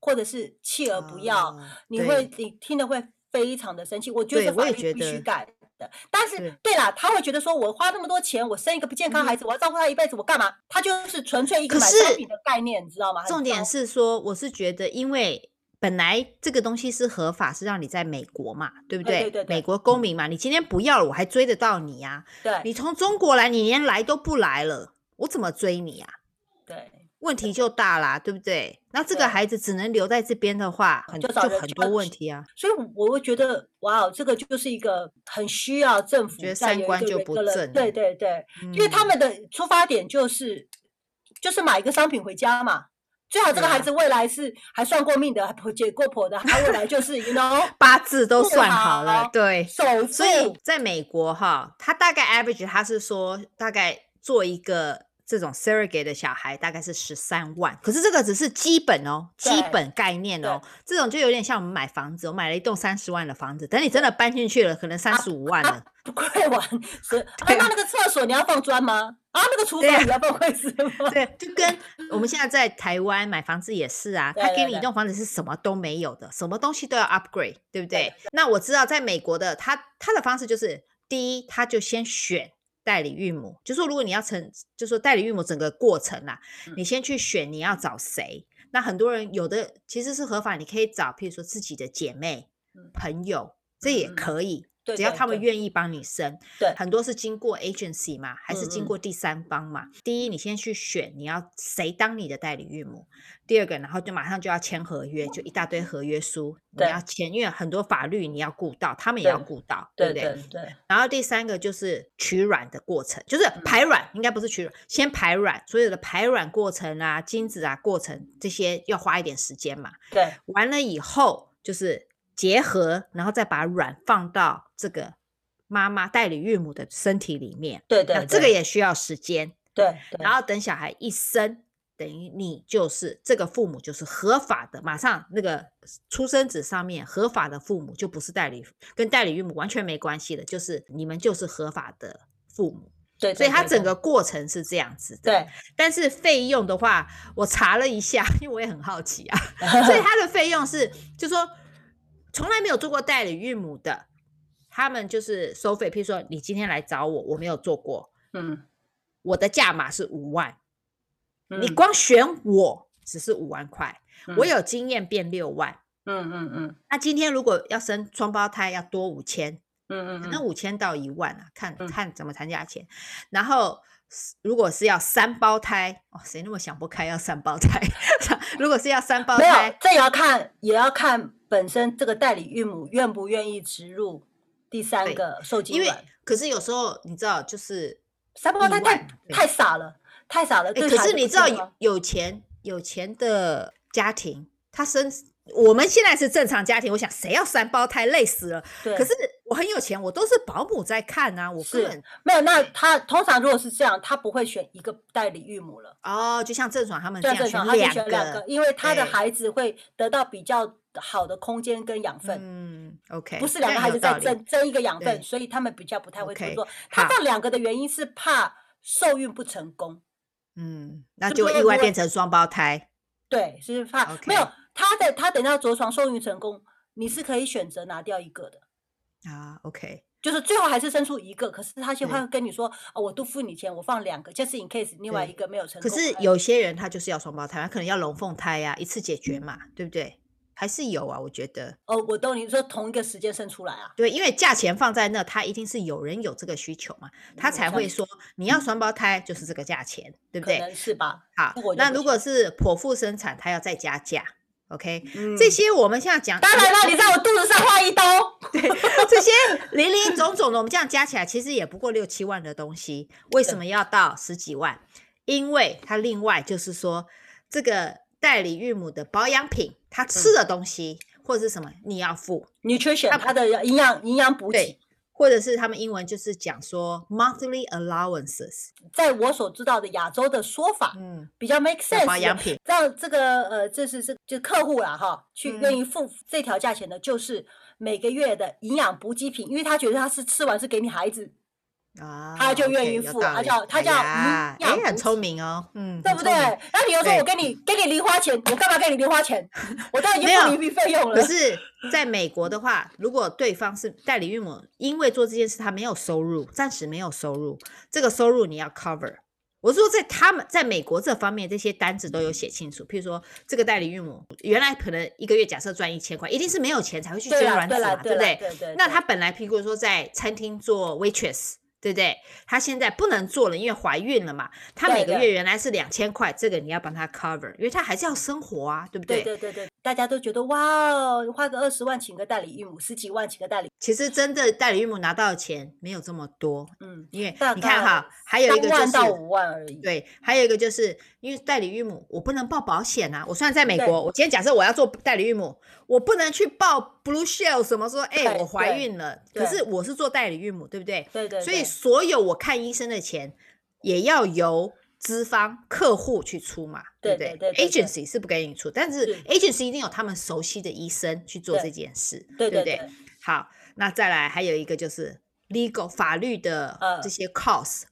或者是弃儿呃不要，
哦
你
对
会你听了会非常的生气。我觉
对
得
我
法
也
律
觉
必须
得
改的，但是
对
对啦，他会觉得说我花那么多钱，我生一个不健康孩子，我要照顾他一辈子，我干嘛？他就是纯粹一个
嗯可
买商
是
品的概念，你知道吗？很
重
糟
点是说，我是觉得，因为本来这个东西是合法，是让你在美国嘛，对不
对
对？
对对对
美国公民嘛，你今天不要了，我还追得到你啊
对
呀、你从中国来，你连来都不来了，我怎么追你啊？
对，
问题就大啦，对不对？那这
对
个孩子只能留在这边的话，很
就
就
找人
很
就
多
要
问
去
题啊。
所以我会觉得，哇哦，这个就是一个很需要政府
觉得
在
三
有一
观
个
就
人
不
格的
正
对
了
对对。因为他
嗯
们的出发点就是就是买一个商品回家嘛，最好这个
对
孩
啊
子未来是还算过命的，还婆解过婆的，他未来就是 you know
八字都
不
算好了
好，
对，
首
所以
富，
在美国哈，他大概 average 他是说大概做一个这种 surrogate 的小孩大概是十三万，可是这个只是基本哦，基
对
本概念
对
哦，这种就有点像我们买房子，我买了一栋三十万的房子，等你真的搬进去了，可能三十五万了，
不会玩是啊，
对啊
那那个厕所你要放砖吗？啊，那个厨
对
房
啊
你要放柜子吗？
对，就跟我们现在在台湾买房子也是啊，
对
他
对
给你一
对
栋房子是什么都没有的，什么东西都要 upgrade，对
对
不对？那我知道在美国的他他的方式就是，第一他就先选代理孕母，就说如果你要成，就说代理孕母整个过程啊，
嗯
你先去选你要找谁。那很多人有的其实是合法，你可以找，譬如说自己的姐妹
嗯、
朋友，这也
嗯嗯
可以。
对
只要
对
他们
对
愿意帮你生，
对
很多是经过 agency 嘛，还是
嗯
经
嗯
过第三方嘛。第一，你先去选你要谁当你的代理孕母；第二个，然后就马上就要签合约，就一大堆合约书你
对
要签，因为很多法律你要顾到，他们也要
对
顾到，
对
不
对对，
然后第三个就是取卵的过程，就是
嗯
排卵，应该不是取卵，先排卵，所有的排卵过程啊、精子啊过程这些要花一点时间嘛。
对
完了以后就是结合，然后再把卵放到这个妈妈代理孕母的身体里面，
对
那
对，
这个
对
也需要时间。
对对
然后等小孩一生，等于你就是这个父母就是合法的，马上那个出生纸上面合法的父母就不是代理，跟代理孕母完全没关系的，就是你们就是合法的父母，
对，
所以
对
它
对
整
对
个过程是这样子的。
对，
但是费用的话，我查了一下， 因为我也很好奇 啊，所以它的费用是，就说从来没有做过代理孕母的，他们就是收费，譬如说你今天来找我，我没有做过，
嗯，
我的价码是五万，你
嗯
光选我只是五万块，我
嗯
有经验变六万。
嗯嗯嗯
那今天如果要生双胞胎，要多五千，
嗯
可
嗯
能
嗯，
五千到一万啊，看
嗯
看怎么谈价钱。然后是如果是要三胞胎，哦，谁那么想不开要三胞胎？ 如果是要三胞
没有
胎，，
这也要看，也要看本身这个代理孕母愿不愿意植入第三
对
个受精
因为
卵。
可是有时候你知道，就是
三胞
意
胎
外
太
对
太傻了，太傻了。
哎、
呃对
可
孩
是
子不
你
啊
知道
健
有
康
有钱有钱的家庭，他生我们现在是正常家庭，我想谁要三胞胎累死了。
对，
可是我很有钱，我都是保姆在看啊，我个
是
人
没有。那他通常如果是这样，他不会选一个代理孕母了，
哦，就像郑爽他们这
像
样
正
选
常啊他就
两
选两个
个，，
因为他的
对
孩子会得到比较好的空间跟养分。
嗯，OK，
不是
这
两个
样
孩
有
子
道
在
理
争争一个养分，
对
所以他们比较不太会合
OK，
作。他
好
这两个的原因是怕受孕不成功。
嗯，那
是
就
不是
意
如
外
果
变成双胞胎，
对，是怕没有
OK
他的，他等到着床受孕成功，你是可以选择拿掉一个的，
啊，OK，
就是最后还是生出一个，可是他先
对
会跟你说啊、我都付你钱，我放两个，就是 in case 另外
对
一个没有成
可
功。
是
哎
有些人他就是要双胞胎，他可能要龙凤胎呀、一次解
嗯
决嘛，对不对？还是有啊，我觉得。
哦，我懂你说同一个时间生出来啊，
对，因为价钱放在那，他一定是有人有这个需求嘛，他
嗯
才
像嗯
会说你要双胞胎就是这个价钱，对不
可
对？
能是吧？
好
那我，就
那
不
如
行
果是剖腹生产，他要再加价，OK？
嗯
这些我们现在讲，
当然了，你在我肚子上画一刀，
这些零零总总的，我们这样加起来其实也不过六七万的东西，为什
对
么要到十几万？因为他另外就是说，这个代理孕母的保养品，他
嗯
吃的东西、或者是什么，你要付，
nutrition 它的营养营养补
啊对
给，
或者是他们英文就是讲说 monthly allowances，
在我所知道的亚洲的说法
嗯。
比较 make
的保
sense
养
的。
品，
让这个呃，这是这就客户啦哈，去愿
嗯
意付这条价钱的，就是每个月的营养补给品，因为他觉得他是吃完是给你孩
嗯
子，
啊
他就愿
OK，
意
有
付
道
他
理
叫他
哎
叫
呀
营养
哎，很
补
聪明哦，嗯，
对
很
不对？
聪明
然后你又说
对
我给你给你零花钱，我干嘛给你零花钱？ 我都已经
没有
付你费用了
可。是在美国的话，如果对方是代理孕母，因为做这件事他没有收入，暂时没有收入，这个收入你要 cover。我是说，在他们在美国这方面，这些单子都有写清楚。譬如说，这个代理孕母原来可能一个月假设赚一千块，一定是没有钱才会去
对
捐
啦
卵
对
子
啦
嘛，对
对
不
啦
对？
对对。
那
对
她本来苹果说在餐厅做 waitress，对不对？她现在不能做了，因为怀孕了嘛。她
对
每个
对
月原来是两千块，这个你要帮她 cover，因为她还是要生活啊，对不
对对对对，大家都觉得哇哦，花个二十万请个代理孕母，十几万请个代理，
其实真的代理孕母拿到的钱没有这么多，
嗯，
因为
大
你看
概
哈，还有
三
一个就
万
是
到五万而已。
对，还有一个就是因为代理孕母，我不能报保险啊。我虽然在美
对
国，我今天假设我要做代理孕母，我不能去报 Blue Shield 什么说，哎、
对
我怀
对
孕了，
对
可是我是做代理孕母，对不对？
对对，
所以
对
所有我看医生的钱也要由资方客户去出嘛，不
对对对对对
Agency 是不给你出，但是
是
agency 一定有他们熟悉的医生去做
对
这件事，
对
不
对
对？好，那再来还有一个就是 legal 法律的
呃
这些 cost，、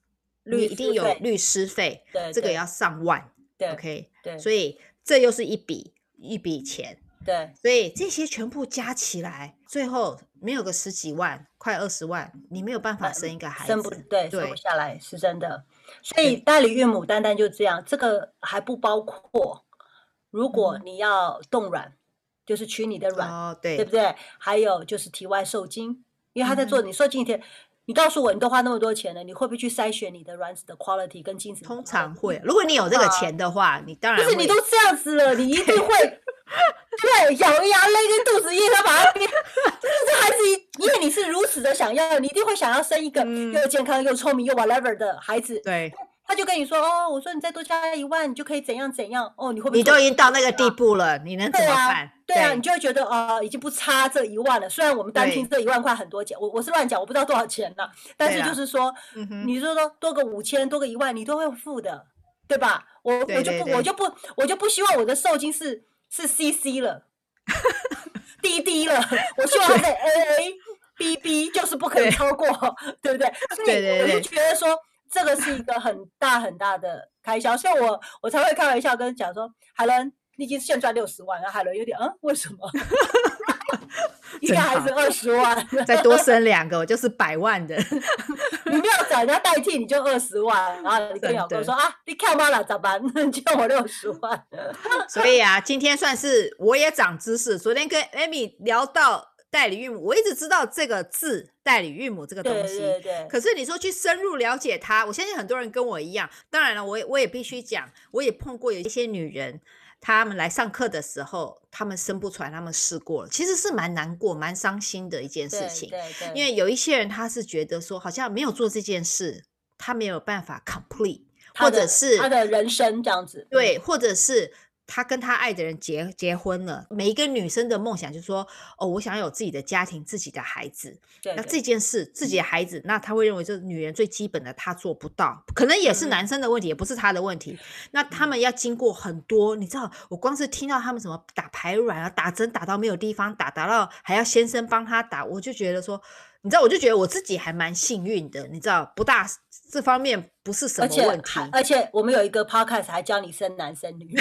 律
你一定
师
有
费
律师费，
对
这个
对
要上万
对
，OK，
对
所以这又是一笔一笔钱，
对
所以这些全部加起来，最后没有个十几万，快二十万，你没有办法
呃
生一个孩子，
生不对生
对
不下来是真的。所以
对
代理孕母单单就这样，这个还不包括如果
嗯
你要冻卵，就是取你的卵，
哦，对
对不对？还有就是体外受精，因为他在
嗯
做你受精一天。你告诉我，你都花那么多钱了，你会不会去筛选你的卵子的 quality 跟精子的
通
quality？
常会。如果你有这个
啊
钱的话，你当
不
然
是你
会
都这样子了，你一定会 对咬着牙勒着肚子硬要把它憋。 就是这孩子一，因为你是如此的想要，你一定会想要生一个
嗯
又健康又聪明又 whatever 的孩子。
对，
他就跟你说：“哦，我说你再多加一万，你就可以怎样怎样。”哦，你会不会
你
做
都已经到那个地步了，你能怎
对
么
啊
办？？
对啊，你就会觉得哦，已经不差这一万了。虽然我们单听这一万块很多钱，我我是乱讲，我不知道多少钱呢。但
对
是
啦
就是说，
嗯哼，
你就说多个五千，多个一万，你都会付的，对吧？我
对
我就
对
不
对
我就不我就不希望我的受精是是 CC 了， 滴滴了，我希望它在 AA BB，就是不可能
对
超过，对不对？所
对对
以我就
对
觉得说这个是一个很大很大的开销，所以我我才会 开玩笑跟讲说，海伦，你已经现赚六十万，然后海伦有点嗯，为什么？一个
真
孩
好
子二十万，
再多生两个，我就是百 万的。
你没有找人家代替，你就二十万，然后你跟
真
老公
的
说啊，你看妈了咋办？ 借我六十 万，
所以啊，今天算是我也长知识。昨天跟 Amy 聊到代理孕母，我一直知道这个字“代理孕母”这个
对
东西，
对对，
可是你说去深入了解她，我相信很多人跟我一样。当然了，我也我也必须讲，我也碰过有一些女人，她们来上课的时候，她们生不出来，她们试过了，其实是蛮难过、蛮伤心的一件事
对
情。
对对，
因为有一些人他是觉得说，好像没有做这件事，他没有办法 complete，
他
或者
的
是
他的人生这样子，
对，或者是他跟他爱的人结结婚了。每一个女生的梦想就是说，哦，我想要有自己的家庭、自己的孩子。
对，
那
对嗯
这件事，自己的孩子，那他会认为这女人最基本的她做不到，可能也是
嗯
男生的问题，也不是他的问题。那他们要经过很多，你知道，我光是听到他们什么打排卵啊、打针打到没有地方打，打到还要先生帮他打，我就觉得说，你知道，我就觉得我自己还蛮幸运的，你知道，不大这方面不是什
而
么
且
问题
还。而且我们有一个 podcast 还教你生男生 女，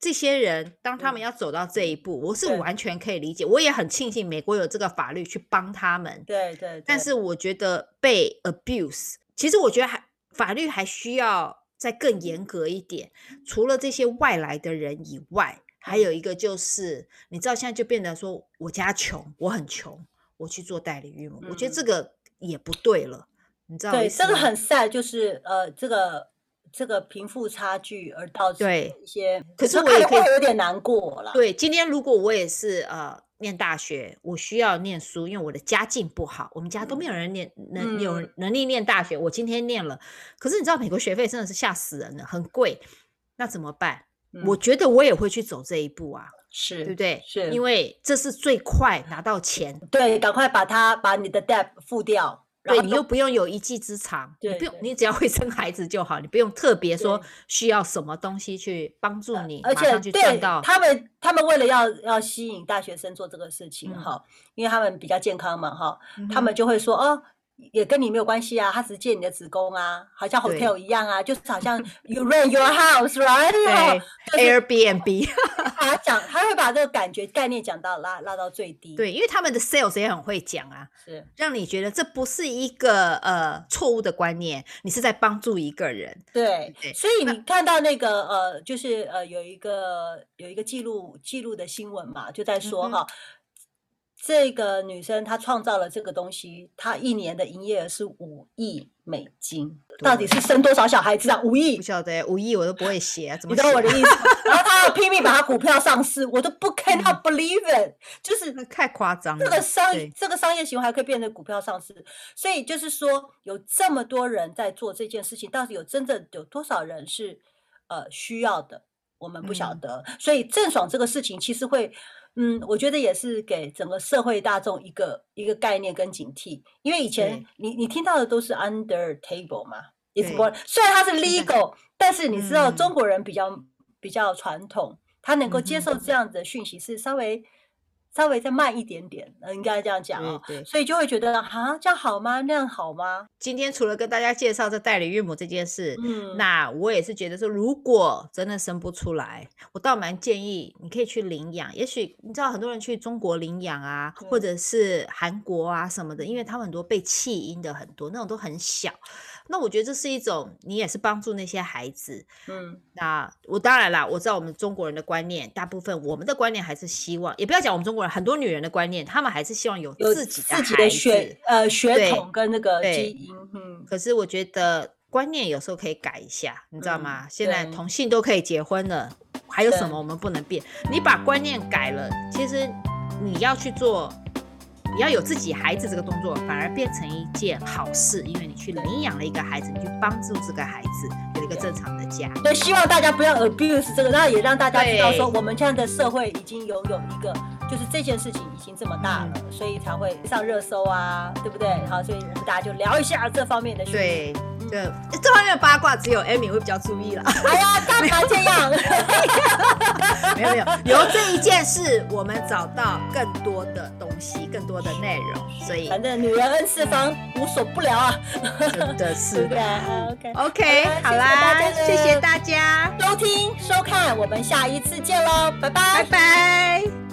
这些人当他们
嗯
要走到这一步，我是
对
完全可以理解，我也很庆幸美国有这个法律去帮他们。
对对，
但
对
是我觉得被 abuse，其实我觉得还法律还需要再更
嗯
严格一点。除了这些外来的人以外，还
嗯
有一个就是，你知道现在就变得说我家穷，我很穷，我去做代理孕母，我觉得这个也不对了，你知道
嗯
我
对
意
这
思啊
个
吗
很 sad，就是呃这个。这个贫富差距而导致
对
一些，
可是
就
我
看
也
了
可以
会有点难过啦。
对，今天如果我也是呃念大学，我需要念书，因为我的家境不好，我们家都没有人念能有
嗯
能力念大学。我今天念了，可是你知道美国学费真的是吓死人了，很贵，那怎么办？我
嗯
觉得我也会去走这一步啊，
是
对不对？
是
因为这是最快拿到钱，
对，赶快把它把你的 debt 付掉，然
对
后
你又不用有一技之长，你
对
不用，
对
你只要会生孩子就好，你不用特别说
对呃
需要什么东西去帮助你，
而
马
且
上去
对
赚到。
他们，他们为了要要吸引大学生做这个事情
嗯
哈、因为他们比较健康嘛哈，
嗯
他
哼
们就会说哦，也跟你没有关系啊，他只借你的子宫啊，好像
对
hotel 一样啊，就是好像 you rent your house right，
对 Airbnb。
把它讲， 他会把这个感觉概念讲到拉拉到最低，，
对，因为他们的 sales 也很会讲啊，
是
让你觉得这不是一个呃错误的观念，你是在帮助一个人。
对
对，
所以
那
你看到那个呃，就是呃，有一个有一个记录记录的新闻嘛，就在说
嗯哼
哈、这个女生她创造了这个东西，她一年的营业额是五亿美金，到底是生多少小孩子啊？五亿
不，晓得五亿我都不会写啊，怎
你
么
懂我的
写啊？
意思吗？然后她要拼命把她股票上市，我都 不
嗯
cannot believe it，就是
那太夸张了。
这个商
对
这个商业行为还可以变成股票上市，所以就是说，有这么多人在做这件事情，到底有真正有多少人是呃需要的，我们不晓
嗯
得。所以郑爽这个事情其实会，嗯，我觉得也是给整个社会大众一个一个概念跟警惕，因为以前
对
你你听到的都是 under table 嘛，it's
对
more，虽然它是
现在
legal，但是你知道中
嗯
国人比较比较传统。他能够接
嗯哼
受这样子的讯息是稍微稍微再慢一点点，呃应该这样讲哦。
对对，
所以就会觉得啊，这样好吗？那样好吗？
今天除了跟大家介绍这代理孕母这件事，
嗯，
那我也是觉得说，如果真的生不出来，我倒蛮建议你可以去领养。也许你知道很多人去中国领养啊，或
对
者是韩国啊什么的，因为他们很多被弃婴的很多，那种都很小。那我觉得这是一种，你也是帮助那些孩子。
嗯，
那我当然啦，我知道我们中国人的观念，大部分我们的观念还是希望，也不要讲我们中国人，很多女人的观念，她们还是希望有
有
自己的
自己
孩
的
子
血。呃血
对
统跟那个
对
基因，嗯，
可是我觉得观念有时候可以改一下，你知道
嗯
吗？现在
对
同性都可以结婚了，还有什
对嗯
么我们不能变？你把观念改了，其实你要去做，你要有自己孩子这个动作，反而变成一件好事，因为你去领养了一个孩子，你去帮助这个孩子有一个
对
正常的家。
所以希望大家不要 abuse 这个，那也让大家知道说，
对
我们现在的社会已经有有一个，就是这件事情已经这么大了，所以才会上热搜啊，对不对？好，所以我们大家就聊一下这方面的讯息。
对，
嗯，
对，这方面的八卦只有 Amy 会比较注意啦。
哎呀，干嘛这样？
没有没有，由这一件事，我们找到更多的东西，更多的内容，所以
反正女人 N 次方无所不聊啊，
真的
对
是
不对啊？OK，
OK，
好
好
啦
啦，
谢
谢
谢
谢
大
大家，
收听收看，我们下一次见喽，拜
拜
拜。
拜。